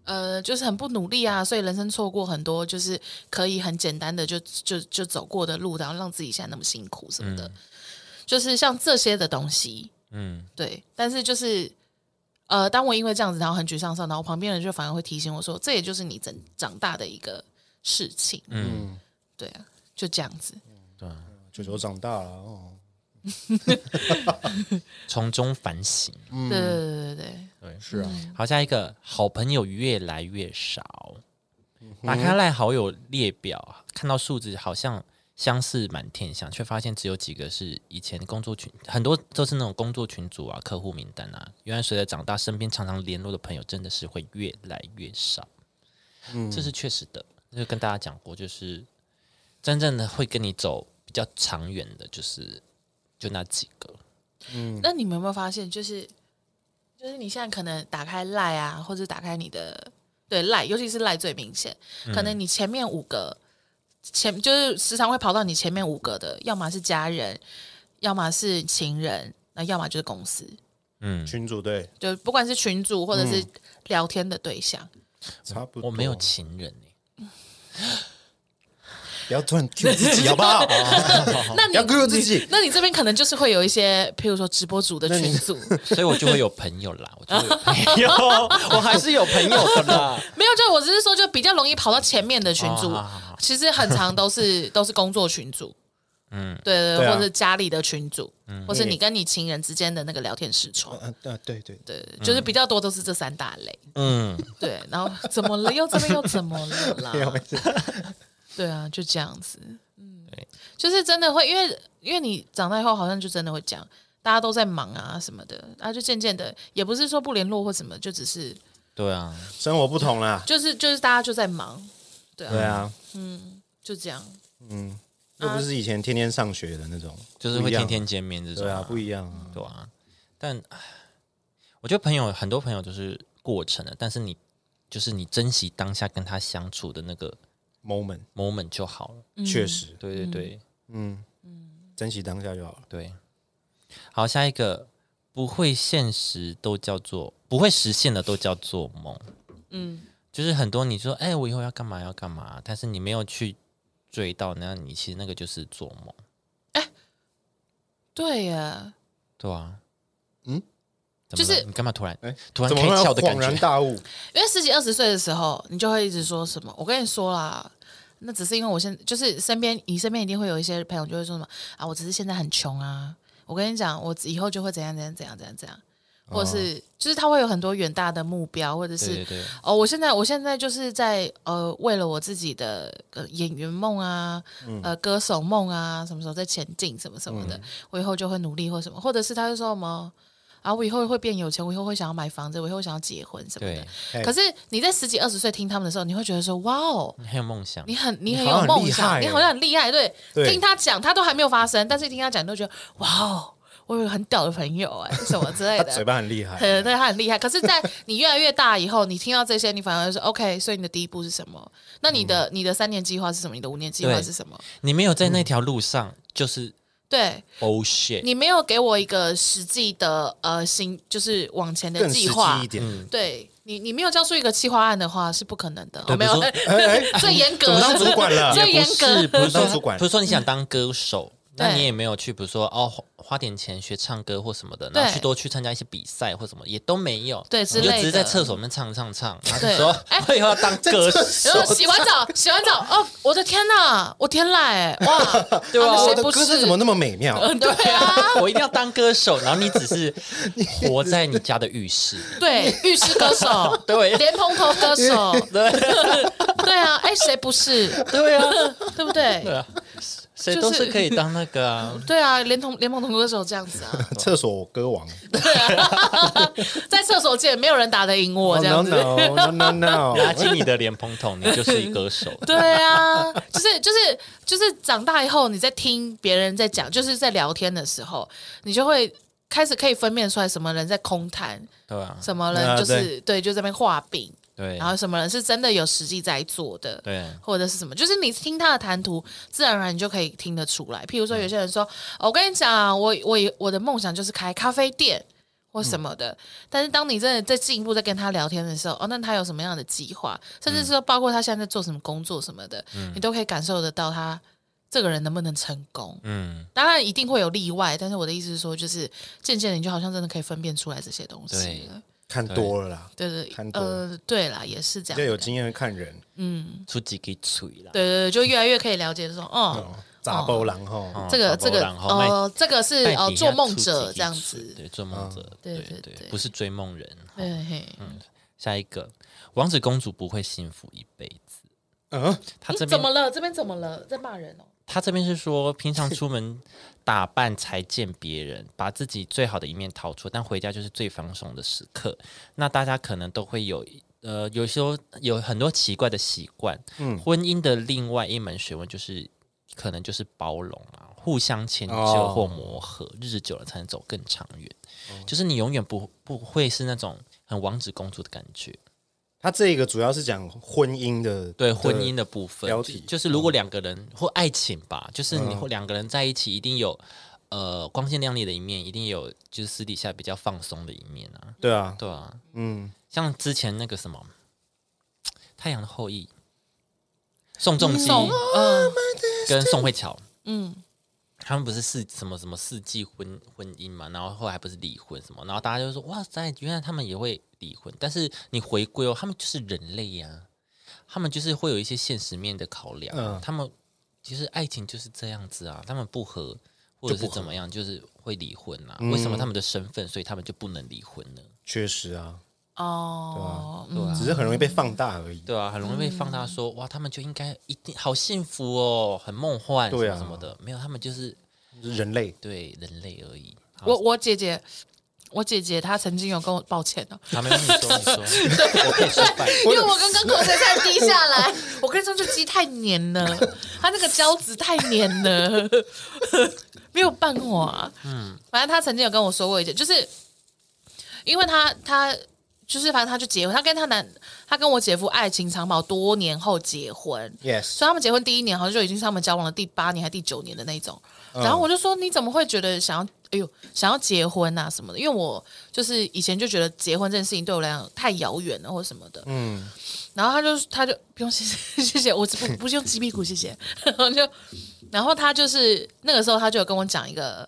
Speaker 3: 呃，就是很不努力啊，所以人生错过很多，就是可以很简单的就就就走过的路，然后让自己现在那么辛苦什么的，就是像这些的东西，
Speaker 1: 嗯，
Speaker 3: 对，但是就是。呃，当我因为这样子，然后很沮丧的时候，然后旁边人就反而会提醒我说，这也就是你长长大的一个事情，
Speaker 1: 嗯
Speaker 3: 嗯，对啊，就这样子，
Speaker 4: 九九长大了哦，
Speaker 1: 从中反省。
Speaker 3: 对对对对对，
Speaker 4: 是啊，
Speaker 3: 嗯
Speaker 1: 好，下一个好朋友越来越少，打开赖好友列表，看到数字好像相似满天下，却发现只有几个是以前工作群，很多都是那种工作群组啊、客户名单啊。原来随着长大，身边常常联络的朋友真的是会越来越少，这是确实的。就跟大家讲过，就是真正的会跟你走比较长远的，就是就那几个。
Speaker 3: 那你们有没有发现，就是就是你现在可能打开赖啊，或者打开你的对赖，尤其是赖最明显，可能你前面五个前就是时常会跑到你前面五个的，要么是家人，要么是情人，那要么就是公司，
Speaker 1: 嗯，
Speaker 4: 群主对，
Speaker 3: 就不管是群主或者是聊天的对象，
Speaker 4: 差不多。
Speaker 1: 我没有情人、欸
Speaker 4: 不要突然 Q 自
Speaker 1: [laughs]
Speaker 4: 己好不好？啊
Speaker 3: 那你
Speaker 4: 不要 Q 自己
Speaker 3: 你那你这边可能就是会有一些，譬如说直播组的群组，
Speaker 1: 所以我就会有朋友啦，我就会有朋友，我还是有朋友的啦。
Speaker 3: 没有，就我只是说，就比较容易跑到前面的群组，
Speaker 1: 哦好好好
Speaker 3: 其实很长都是 [laughs] 都是工作群组，嗯，对对，
Speaker 4: 对啊
Speaker 3: 或者是家里的群组，或是你跟你情人之间的那个聊天视窗，
Speaker 4: 啊，对对对，
Speaker 3: 对，就是比较多都是这三大类，
Speaker 1: 嗯，
Speaker 3: 对，然后怎么了？又这边又怎么了啦？对啊，就这样子，嗯
Speaker 1: 对，
Speaker 3: 就是真的会，因为因为你长大以后，好像就真的会讲，大家都在忙啊什么的，啊，就渐渐的，也不是说不联络或什么，就只是
Speaker 1: [laughs] 对啊，
Speaker 4: 生活不同啦。
Speaker 3: 就是就是大家就在忙，对
Speaker 1: 嗯
Speaker 3: 啊，
Speaker 4: 对啊，
Speaker 3: 就这样。
Speaker 4: 又
Speaker 3: 啊
Speaker 4: 不是以前天天上学的那种，
Speaker 1: 就是
Speaker 4: 不
Speaker 1: 会
Speaker 4: 一样
Speaker 1: 天天见面这种、
Speaker 4: 对啊，不一样啊。
Speaker 1: 对啊。但唉我觉得朋友很多朋友都是过程的，但是你就是你珍惜当下跟他相处的那个
Speaker 4: moment
Speaker 1: moment 就好了。
Speaker 3: 嗯
Speaker 4: 确实，
Speaker 1: 对对对、
Speaker 4: 嗯珍惜当下就好了。
Speaker 1: 对。好，下一个不会现实都叫做不会实现的都叫做梦。
Speaker 3: 嗯，
Speaker 1: 就是很多你说，哎、我以后要干嘛要干嘛，但是你没有去追到，那你其实那个就是做梦，
Speaker 3: 对呀，
Speaker 1: 对啊，
Speaker 4: 嗯，
Speaker 1: 怎么
Speaker 3: 就是
Speaker 1: 了你干嘛突然、
Speaker 4: 哎
Speaker 1: 突然
Speaker 4: 怎
Speaker 1: 开
Speaker 4: 么会
Speaker 1: 窍的感
Speaker 4: 恍然
Speaker 1: 觉？
Speaker 4: 大悟？
Speaker 3: 因为十几二十岁的时候，你就会一直说什么？我跟你说啦，那只是因为我现就是身边，你身边一定会有一些朋友就会说什么啊，我只是现在很穷啊。我跟你讲，我以后就会怎样怎样怎样怎样怎样，或是、就是他会有很多远大的目标，或者是
Speaker 1: 对对对，
Speaker 3: 哦，我现在我现在就是在呃，为了我自己的、呃、演员梦啊，
Speaker 4: 嗯
Speaker 3: 呃，歌手梦啊，什么时候在前进，什么什么的，我以后就会努力或什么，或者是他就说什么啊，我以后会变有钱，我以后会想要买房子，我以后想要结婚什么
Speaker 1: 对
Speaker 3: 的。，
Speaker 4: 哎
Speaker 3: 可是你在十几二十岁听他们的时候，你会觉得说，哇哦，
Speaker 1: 你很有梦想
Speaker 3: 你，很你很
Speaker 4: 好像
Speaker 3: 有
Speaker 4: 很
Speaker 3: 梦
Speaker 4: 厉
Speaker 3: 想，
Speaker 4: 害
Speaker 3: 你
Speaker 4: 欸
Speaker 3: 好像很厉害，对，
Speaker 4: 对
Speaker 3: 听他讲，他都还没有发生，但是听他讲，你都觉得哇哦，我有个很屌的朋友哎、什么
Speaker 4: [laughs]
Speaker 3: 之类
Speaker 4: 他
Speaker 3: 的，
Speaker 4: 嘴巴很厉害，
Speaker 3: 很对他很厉害。可是，在你越来越大以后，你听到这些，你反而会说 OK。所以你的第一步是什么？那你的、你的三年计划是什么？你的五年计划
Speaker 1: 对
Speaker 3: 是什么？
Speaker 1: 你没有在那条路上，就是
Speaker 3: 对
Speaker 1: bullshit，
Speaker 3: 你没有给我一个实际的呃行，就是往前的
Speaker 4: 更实
Speaker 3: 计
Speaker 4: 际
Speaker 3: 划
Speaker 4: 一。点。
Speaker 1: 嗯
Speaker 3: 对你，你没有交出一个计划案的话，是不可能的。
Speaker 1: 对
Speaker 3: 哦没有
Speaker 1: 比
Speaker 3: [laughs]
Speaker 1: 如
Speaker 4: 哎哎，
Speaker 3: 最严格
Speaker 4: 怎么当
Speaker 3: 的，
Speaker 4: 主管
Speaker 3: [laughs]
Speaker 4: 了？
Speaker 3: 最
Speaker 1: 也
Speaker 3: 严
Speaker 1: 不
Speaker 3: 格
Speaker 1: 是，不是说
Speaker 4: 当主管
Speaker 1: 不是说你想当歌手。那
Speaker 3: 对
Speaker 1: 你也没有去，比如说哦，花花点钱学唱歌或什么的，然后
Speaker 3: 对
Speaker 1: 去多去参加一些比赛或什么，也都没有。
Speaker 3: 对之
Speaker 1: 你就
Speaker 3: 类
Speaker 1: 只是在
Speaker 3: 的
Speaker 1: 厕所里面唱唱唱，然后就
Speaker 3: 对
Speaker 1: 说
Speaker 3: 哎
Speaker 1: 我以后要当歌手。
Speaker 3: 然后洗完澡，洗完澡，哦，我的天哪，我天籁欸，
Speaker 4: [laughs]
Speaker 3: 哇，对
Speaker 4: 哇我
Speaker 3: 谁
Speaker 4: 的
Speaker 3: 不
Speaker 4: 歌
Speaker 3: 是
Speaker 4: 声怎么那么美妙？
Speaker 3: 对啊，
Speaker 1: 我一定要当歌手，然后你只是活在你家的浴室，
Speaker 3: 对，浴室歌手， [laughs]
Speaker 1: 对
Speaker 3: 莲蓬头歌手，
Speaker 1: [laughs] 对
Speaker 3: 对啊，哎，谁不是？
Speaker 1: 对啊，
Speaker 3: [laughs] 对不对？
Speaker 1: 对啊，谁
Speaker 3: 就
Speaker 1: 都
Speaker 3: 是。
Speaker 1: 是可以当那个啊 [laughs]
Speaker 3: 对啊，连同连盟同歌手这样子啊，
Speaker 4: [laughs] 厕所歌王
Speaker 3: 在厕所见，没有人打得赢
Speaker 1: 哦
Speaker 3: 我这样
Speaker 4: no
Speaker 3: 子。
Speaker 4: no no no
Speaker 3: [laughs]
Speaker 4: no，
Speaker 1: 拿起你的莲蓬头，你就是一歌手。
Speaker 3: 对啊，就是就是就是长大以后，你在听别人在讲，就是在聊天的时候，你就会开始可以分辨出来什么人在空谈，
Speaker 1: 对啊，
Speaker 3: 什么人
Speaker 4: 啊
Speaker 3: 就是、对就在那边画饼，
Speaker 1: 对
Speaker 3: 然，后什么人是真的有实际在做的。
Speaker 1: 对，
Speaker 3: 或者是什么，就是你听他的谈吐，自然而然你就可以听得出来。譬如说，
Speaker 4: 嗯
Speaker 3: 有些人说：“哦我跟你讲啊，我我以我的梦想就是开咖啡店或
Speaker 4: 嗯
Speaker 3: 什么的。但是当你真的在进一步在跟他聊天的时候，哦，那他有什么样的计划，甚
Speaker 4: 嗯
Speaker 3: 至是说包括他现在在做什么工作什么的，你都可以感受得到他这个人能不能成功。
Speaker 1: 嗯，
Speaker 3: 当然一定会有例外，但是我的意思是说，就是渐渐地你就好像真的可以分辨出来这些东西了。
Speaker 4: 看多了啦，
Speaker 3: 对对
Speaker 4: 看多
Speaker 3: 呃，对啦，也是这
Speaker 4: 比
Speaker 3: 样
Speaker 4: 较
Speaker 3: 的。
Speaker 4: 有经验的看人，
Speaker 1: 出几个嘴啦。
Speaker 3: 对对对，就越来越可以了解说，哦
Speaker 4: 哦，杂波狼哈，
Speaker 1: 哦
Speaker 3: 这个
Speaker 1: 差不
Speaker 3: 这
Speaker 1: 多
Speaker 3: 个
Speaker 1: 然后卖
Speaker 3: 呃，这个是
Speaker 1: 带
Speaker 3: 呃
Speaker 1: 底下
Speaker 3: 做梦
Speaker 1: 出
Speaker 3: 者
Speaker 1: 几
Speaker 3: 这样
Speaker 1: 句
Speaker 3: 子，
Speaker 1: 对，做梦者，
Speaker 3: 对
Speaker 1: 嗯对
Speaker 3: 对对
Speaker 1: 不是追梦人。好
Speaker 3: 对嘿，
Speaker 1: 嗯下一个，王子公主不会幸福一辈子。
Speaker 4: 嗯，
Speaker 1: 她这
Speaker 3: 怎么
Speaker 1: 边，
Speaker 3: 了？这边怎么了？在骂人哦。
Speaker 1: 她这边是说，平常出门打扮才见别人，把自己最好的一面掏出，但回家就是最放松的时刻。那大家可能都会有。呃，有时候有很多奇怪的习惯，嗯，婚姻的另外一门学问就是，可能就是包容啊，互相迁就
Speaker 4: 哦
Speaker 1: 或磨合，日子久了才能走更长远。就是你永远不不会是那种很王子公主的感觉，
Speaker 4: 他这个主要是讲婚姻的，
Speaker 1: 对婚姻的部分，
Speaker 4: 标
Speaker 1: 就
Speaker 4: 题嗯
Speaker 1: 就是如果两个人、或爱情吧，就是你或两个人在一起，一定有呃光鲜亮丽的一面，一定有就是私底下比较放松的一面啊，
Speaker 4: 对啊，
Speaker 1: 对啊，
Speaker 4: 嗯，
Speaker 1: 像之前那个什么《太阳的后裔》，宋仲基
Speaker 3: 宋嗯
Speaker 1: 跟宋慧乔，
Speaker 3: 嗯，
Speaker 1: 他们不是四什么什么四季婚婚姻嘛，然后后来不是离婚什么，然后大家就说哇塞，原来他们也会离婚，但是你回归哦，他们就是人类呀、他们就是会有一些现实面的考量啊、
Speaker 4: 嗯
Speaker 1: 他们其实爱情就是这样子啊，他们不和或者是怎么样，就是会离婚啊、为什么他们的身份，所以他们就不能离婚呢？
Speaker 4: 确实啊，
Speaker 1: 啊
Speaker 3: 哦，嗯
Speaker 4: 只是很容易被放大而已。
Speaker 1: 对啊，很容易被放大说、哇，他们就应该一定好幸福哦，很梦幻什
Speaker 4: 对
Speaker 1: 么
Speaker 4: 啊
Speaker 1: 什么的，没有，他们就是
Speaker 4: 人类
Speaker 1: 对人类而已。好
Speaker 3: 我我姐姐，我姐姐她曾经有跟我抱歉哦，
Speaker 1: [laughs] 他们你说你说， [laughs] 我可以示范。
Speaker 3: [laughs] 因为我刚刚口水才滴下来， [laughs] 我跟你说这鸡太黏了，它那个胶质太黏了， [laughs] 没有办法。嗯，反正他曾经有跟我说过一件，就是因为他他就是反正他就结婚，他跟他男他跟我姐夫爱情长跑多年后结婚，
Speaker 4: ，yes，
Speaker 3: 所以他们结婚第一年好像就已经是他们交往的第八年还第九年的那一种。
Speaker 1: 嗯
Speaker 3: 然后我就说你怎么会觉得想要哎呦想要结婚啊什么的？因为我就是以前就觉得结婚这件事情对我来讲太遥远了或什么的。嗯。然后他就他就不用 [laughs] 谢谢谢谢，我只不不是用鸡屁股谢谢。然后就然后他就是那个时候他就有跟我讲一个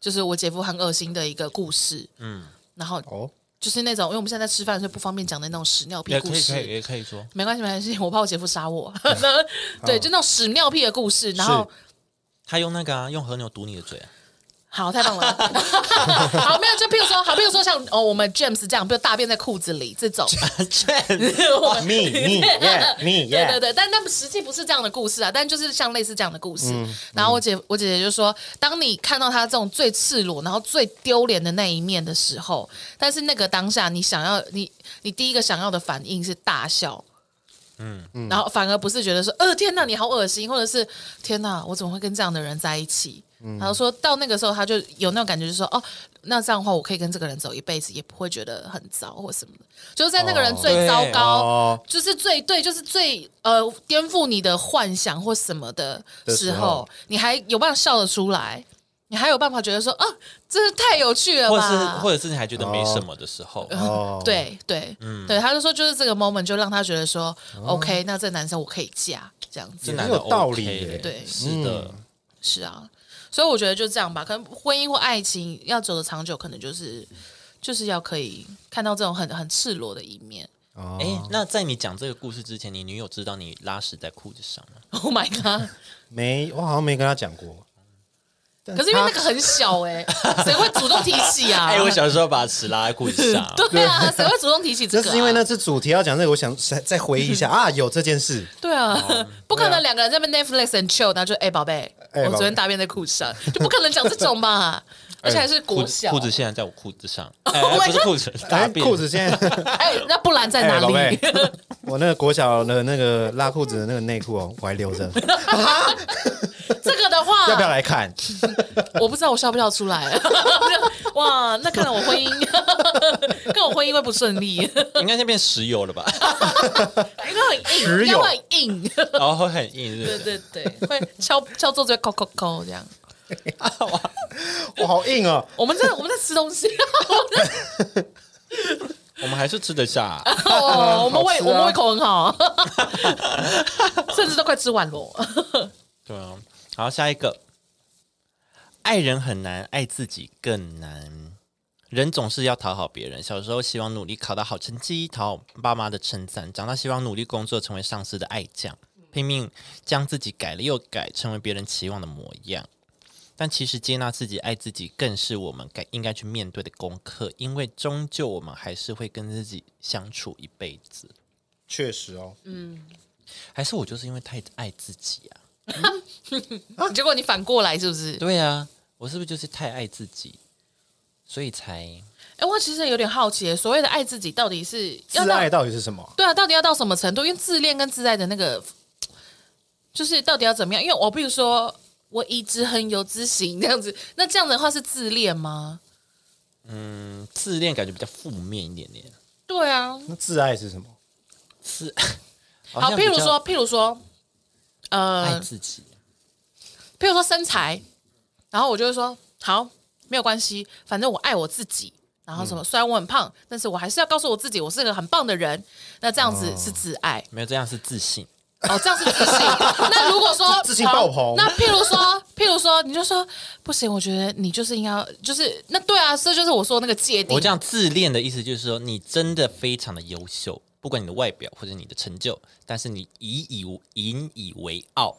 Speaker 3: 就是我姐夫很恶心的一个故事。嗯。然后
Speaker 4: 哦，
Speaker 3: 就是那种因为我们现在在吃饭所以不方便讲的那种屎尿屁
Speaker 1: 也
Speaker 3: 故
Speaker 1: 可以
Speaker 3: 事。
Speaker 1: 可以也可以说，
Speaker 3: 没关系，没关系，我 [laughs] 怕我姐夫杀我。对，就那种屎尿屁的故事。然后
Speaker 1: 他用那个啊，用和牛堵你的嘴啊，
Speaker 3: 好，太棒了。好，没有，就譬如说，好，譬如说像哦，我们 James 这样，比如大便在裤子里这种。
Speaker 1: [laughs]
Speaker 3: [laughs] 我们
Speaker 4: me me yeah me
Speaker 3: 对对
Speaker 4: yeah，
Speaker 3: 对，但但实际不是这样的故事啊，但就是像类似这样的故事。然后我姐我姐姐就说，当你看到他这种最赤裸，然后最丢脸的那一面的时候，但是那个当下你想要你你第一个想要的反应是大笑。嗯，然后反而不是觉得说，呃，天哪，你好恶心，或者是天哪，我怎么会跟这样的人在一起？然后说到那个时候，他就有那种感觉，就是说，哦，那这样的话，我可以跟这个人走一辈子，也不会觉得很糟或什么的。就是在那个人最
Speaker 1: 对
Speaker 3: 糟糕、
Speaker 4: 哦，
Speaker 3: 就是最对，就是最呃颠覆你的幻想或什么的
Speaker 4: 的
Speaker 3: 时
Speaker 4: 时候
Speaker 3: 候，你还有办法笑得出来，你还有办法觉得说啊，这太有趣了
Speaker 1: 或者是
Speaker 3: 吧？
Speaker 1: 或者是你还觉得没什么的时候，
Speaker 4: 哦，
Speaker 3: 对对，
Speaker 1: 嗯
Speaker 3: 对，他就说就是这个 moment 就让他觉得说、OK，那
Speaker 1: 哦
Speaker 3: 这男生我可以嫁这样
Speaker 1: 这
Speaker 3: 子，
Speaker 1: 男
Speaker 4: 也
Speaker 1: 的
Speaker 4: 有道
Speaker 1: OK
Speaker 4: 理耶
Speaker 3: 对
Speaker 1: 是的，
Speaker 3: 是啊，所以我觉得就这样吧，可能婚姻或爱情要走的长久，可能就是就是要可以看到这种很很赤裸的一面。
Speaker 4: 哦
Speaker 1: 哎，那在你讲这个故事之前，你女友知道你拉屎在裤子上吗？
Speaker 3: Oh my
Speaker 1: [laughs]
Speaker 3: god！
Speaker 4: 没，我好像没跟他讲过。
Speaker 3: 可是因为那个很小哎、
Speaker 1: [laughs]
Speaker 3: 谁会主动提起啊？，
Speaker 1: 哎，我小时候把屎拉在裤子上
Speaker 3: [laughs] 对啊，谁会主动提起这
Speaker 4: 这
Speaker 3: 个、啊？
Speaker 4: 是因为那次主题要讲这个，我想再
Speaker 3: [laughs]
Speaker 4: 再回忆一下啊，有这件事，
Speaker 3: 对啊，不可能两个人在那边 Netflix and chill，然后就哎宝贝，
Speaker 2: 哎
Speaker 3: 我
Speaker 2: 老
Speaker 3: 昨天大便在裤子上， [laughs] 就不可能讲这种吧？而且还是
Speaker 1: 哎裤
Speaker 3: 国
Speaker 1: 子
Speaker 3: 小
Speaker 1: 裤子现在在我裤子上，
Speaker 3: [laughs]
Speaker 1: 哎，不是 [laughs] 裤子，大
Speaker 4: 哎
Speaker 1: 便
Speaker 4: 裤子现在，
Speaker 3: 哎，那不然在
Speaker 4: 哎，
Speaker 3: 哪
Speaker 4: 老
Speaker 3: 里？
Speaker 4: 妹，我那个国小的那个拉裤子的那个内裤哦，我还
Speaker 3: [laughs]
Speaker 4: 留着，
Speaker 3: [laughs] 这个的话，
Speaker 4: 要不要来看？
Speaker 3: 我不知道我笑不笑出来。 [laughs] 哇，那看来我婚 [laughs] 姻，看我婚姻会不顺 [laughs] 利，应
Speaker 1: 应该先变石油了
Speaker 3: [laughs]
Speaker 1: 吧？
Speaker 3: 该很硬，
Speaker 4: 石
Speaker 3: 应该
Speaker 4: 油
Speaker 3: 会很硬。 [laughs]
Speaker 1: 然后会哦很硬，是不
Speaker 3: 对
Speaker 1: 是？
Speaker 3: 对对，会敲敲桌子会扣扣扣这样。
Speaker 4: 我好硬哦，
Speaker 3: 我们在我们在吃东西，
Speaker 1: 我们还是吃得下啊，
Speaker 3: 哦，我们胃、
Speaker 4: 好吃啊
Speaker 3: 我们胃口很好，甚至都快吃完了。
Speaker 1: 对啊。好，下一个，爱人很难，爱自己更难。人总是要讨好别人，小时候希望努力考到好成绩，讨好爸妈的称赞；长大希望努力工作，成为上司的爱将，拼命将自己改了又改，成为别人期望的模样。但其实接纳自己、爱自己，更是我们该应该去面对的功课，因为终究我们还是会跟自己相处一辈子。
Speaker 4: 确实哦，
Speaker 1: 还是我就是因为太爱自己啊？
Speaker 3: 结果你反过来是不是？
Speaker 1: 对啊，我是不是就是太爱自己，所以才
Speaker 3: 哎、我其实有点好奇，哎所谓的爱自己到底是要
Speaker 4: 自
Speaker 3: 到
Speaker 4: 爱到底是什么？
Speaker 3: 对啊，到底要到什么程度？因为自恋跟自爱的那个，就是到底要怎么样？因为我比如说我以之恒由之行这样子，那这样的话是自恋吗？
Speaker 1: 嗯自恋感觉比较负面一点点？
Speaker 3: 对啊，
Speaker 4: 那自爱是什么？
Speaker 1: 是 [laughs]
Speaker 3: 好，
Speaker 1: 像
Speaker 3: 譬如
Speaker 1: 比较
Speaker 3: 说，譬如说，
Speaker 1: 爱
Speaker 3: 呃，
Speaker 1: 自己，
Speaker 3: 譬如说身材，然后我就会说好，没有关系，反正我爱我自己。然后什么？虽然我很胖，但是我还是要告诉我自己，我是个很棒的人。那这样子是自爱
Speaker 1: 没有这样是自信。
Speaker 3: 哦，这样是自信。那如果说
Speaker 4: 自信爆棚
Speaker 3: 好那譬如说，譬如说，你就说不行，我觉得你就是应该要，就是那对啊，这就是我说的那个界定。
Speaker 1: 我这样自恋的意思就是说，你真的非常的优秀，不管你的外表或者你的成就，但是你以以引以为傲。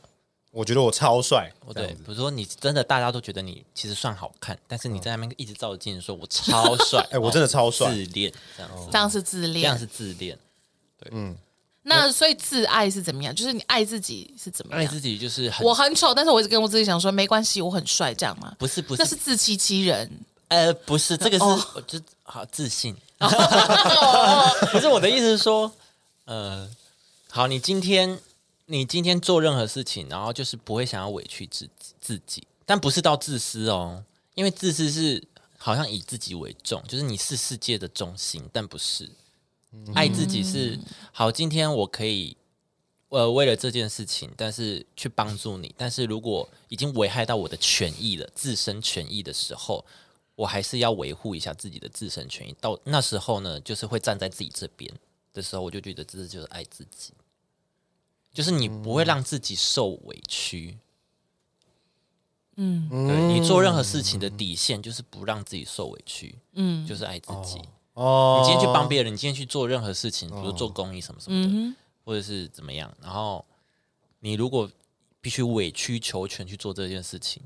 Speaker 4: 我觉得我超帅，
Speaker 1: 哦
Speaker 4: 这
Speaker 1: 对，
Speaker 4: 样
Speaker 1: 比
Speaker 4: 子
Speaker 1: 如说你真的大家都觉得你其实算好看，但是你在那边一直照镜子说“哦我超帅”， [laughs]
Speaker 4: 哎我真的超帅
Speaker 1: 自恋这样子，
Speaker 3: 这样是自
Speaker 1: 这样
Speaker 3: 恋。
Speaker 1: 是自恋。
Speaker 3: 那所以自爱是怎么样？就是你爱自己是怎么
Speaker 1: 爱
Speaker 3: 样？
Speaker 1: 自己就是很
Speaker 3: 我很丑，但是我一直跟我自己讲说没关系，我很帅，这样吗？
Speaker 1: 不是不
Speaker 3: 那
Speaker 1: 是
Speaker 3: 是自欺欺人。
Speaker 1: 呃，不是，这个是、
Speaker 3: 哦
Speaker 1: 我就好自信。不是我的意思是说，呃，好，你今天你今天做任何事情，然后就是不会想要委屈自己自己，但不是到自私哦，因为自私是好像以自己为重，就是你是世界的中心，但不是。爱自己是好，今天我可以。呃，为了这件事情，但是去帮助你，但是如果已经危害到我的权益了，自身权益的时候，我还是要维护一下自己的自身权益。到那时候呢，就是会站在自己这边的时候，我就觉得这就是爱自己，就是你不会让自己受委屈。
Speaker 3: 嗯
Speaker 1: 对你做任何事情的底线就是不让自己受委屈，
Speaker 3: 嗯
Speaker 1: 就是爱自己。
Speaker 4: 哦
Speaker 1: 你今天去帮别人，你今天去做任何事情，比如做公益什么什么的，
Speaker 3: 嗯
Speaker 1: 或者是怎么样，然后你如果必须委曲求全去做这件事情，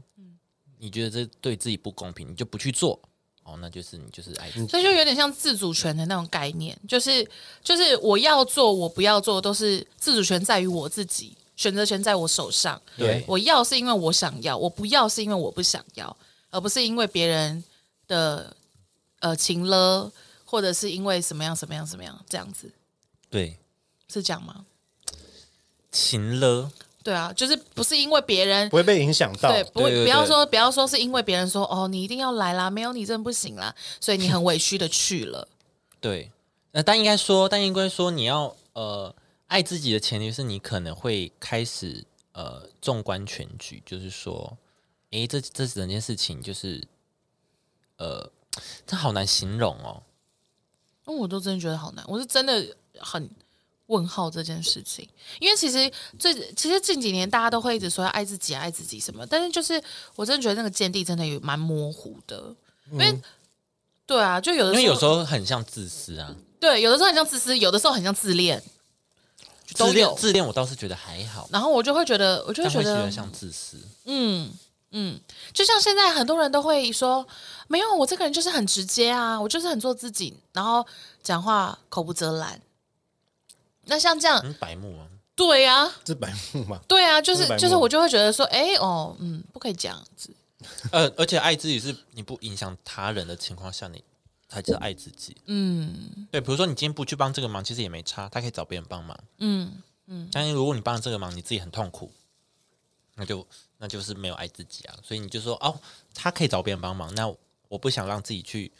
Speaker 1: 你觉得这对自己不公平，你就不去做，哦，那就是你就是爱自己
Speaker 3: 哼，。所以就有点像自主权的那种概念，就是就是我要做，我不要做，都是自主权在于我自己，选择权在我手上。
Speaker 1: 对
Speaker 3: 我要是因为我想要，我不要是因为我不想要，而不是因为别人的呃情了，或者是因为什么样什么样什么样这样子，
Speaker 1: 对，
Speaker 3: 是这样吗？
Speaker 1: 情了，
Speaker 3: 对啊，就是不是因为别人
Speaker 4: 不。会被影响到，
Speaker 3: 对，不
Speaker 1: 啊对对
Speaker 3: 不要
Speaker 1: 对
Speaker 3: 说不要说是因为别人说哦，你一定要来啦，没有你真的不行啦，所以你很委屈的去了。
Speaker 1: 对。那但应该说，但应该说，你要呃爱自己的前提是你可能会开始呃纵观全局，就是说，诶，这这整件事情就是呃，这好难形容哦。
Speaker 3: 那我都真的觉得好难，我是真的很问号这件事情，因为其实最其实近几年大家都会一直说要爱自己、啊、爱自己什么，但是就是我真的觉得那个见地真的有蛮模糊的，因为、对啊，就有的
Speaker 1: 嗯因
Speaker 3: 时候
Speaker 1: 为有时候很像自私啊，
Speaker 3: 对，有的时候很像自私，有的时候很像自恋，都
Speaker 1: 自恋
Speaker 3: 有
Speaker 1: 自恋我倒是觉得还好，
Speaker 3: 然后我就会觉得，我就会
Speaker 1: 但
Speaker 3: 觉
Speaker 1: 会觉
Speaker 3: 得
Speaker 1: 得像自私。
Speaker 3: 嗯，嗯，就像现在很多人都会说，没有，我这个人就是很直接啊，我就是很做自己，然后讲话口不遮拦。那像这样， [laughs]
Speaker 1: 嗯，白目啊，
Speaker 3: 对呀，
Speaker 4: 这白目嘛，
Speaker 3: 对呀，就是
Speaker 4: 白目
Speaker 3: 就是，我就会觉得说，哎哦，嗯，不可以这样子。
Speaker 1: 呃，而且爱自己是你不影响他人的情况下，你才叫爱自己。嗯，对，比如说你今天不去帮这个忙，其实也没差，他可以找别人帮忙。
Speaker 3: 嗯，
Speaker 1: 但是如果你帮了这个忙，你自己很痛苦，那就那就是没有爱自己啊。所以你就说哦，他可以找别人帮忙，那我不想让自己去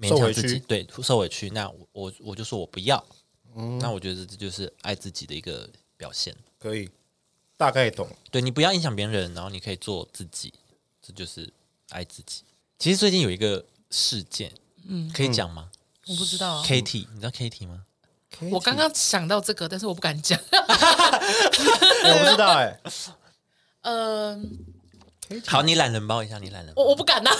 Speaker 1: 勉
Speaker 4: 受
Speaker 1: 强
Speaker 4: 委
Speaker 1: 自己，
Speaker 4: 屈
Speaker 1: 对，受委屈。那我我我就说我不要。
Speaker 4: 嗯
Speaker 1: 那我觉得这就是爱自己的一个表现。
Speaker 4: 可以大概懂。
Speaker 1: 对你不要影响别人，然后你可以做自己，这就是爱自己。其实最近有一个事件，嗯，可以讲吗、
Speaker 3: 我不知道啊，
Speaker 1: k a t i e 你知道 k a t i e 吗？
Speaker 3: 我刚刚想到这个，但是我不敢讲。
Speaker 4: 哎我不知道哎，
Speaker 3: 嗯，
Speaker 1: 好，你懒人包一下，你懒人包
Speaker 3: 我我不敢 [laughs] 呐，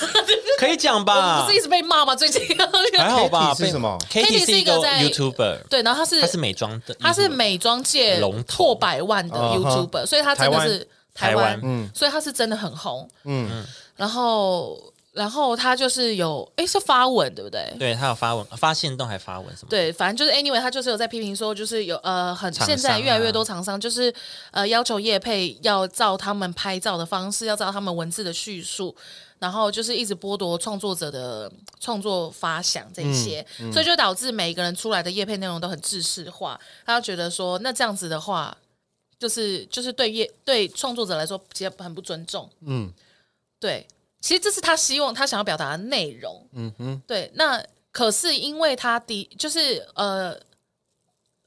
Speaker 1: 可以讲
Speaker 3: 我
Speaker 1: 吧
Speaker 3: 不是？一直被骂吗？最近 [laughs]
Speaker 1: 还好吧？
Speaker 4: Katie 是什么
Speaker 1: k a t i
Speaker 3: Katie
Speaker 1: e
Speaker 3: 是
Speaker 1: 是
Speaker 3: 一
Speaker 1: 一
Speaker 3: 个
Speaker 1: 个
Speaker 3: 在
Speaker 1: YouTuber，
Speaker 3: 对，然后他是
Speaker 1: 她是美妆的，嗯
Speaker 3: 他是美妆界
Speaker 1: 龙头
Speaker 3: 破百万的
Speaker 4: 嗯
Speaker 3: YouTuber，、所以他真的是台
Speaker 1: 台湾
Speaker 3: 湾，
Speaker 1: 台
Speaker 3: 所以他是真的很红。
Speaker 4: 嗯，
Speaker 3: 然后，然后他就是有，哎，是发文对不对？
Speaker 1: 对她有发文、发现动还发文什么？，
Speaker 3: 对，反正就是 anyway，他就是有在批评说，就是有呃很
Speaker 1: 厂商啊
Speaker 3: 现在越来越多厂商就是呃要求业配要照他们拍照的方式，要照他们文字的叙述，然后就是一直剥夺创作者的创作发想这一些，所以就导致每一个人出来的业配内容都很制式化。他就觉得说，那这样子的话，就是就是对业对创作者来说其实很不尊重。嗯，对，其实这是他希望他想要表达的内容。嗯哼，对，那可是因为他的就是呃。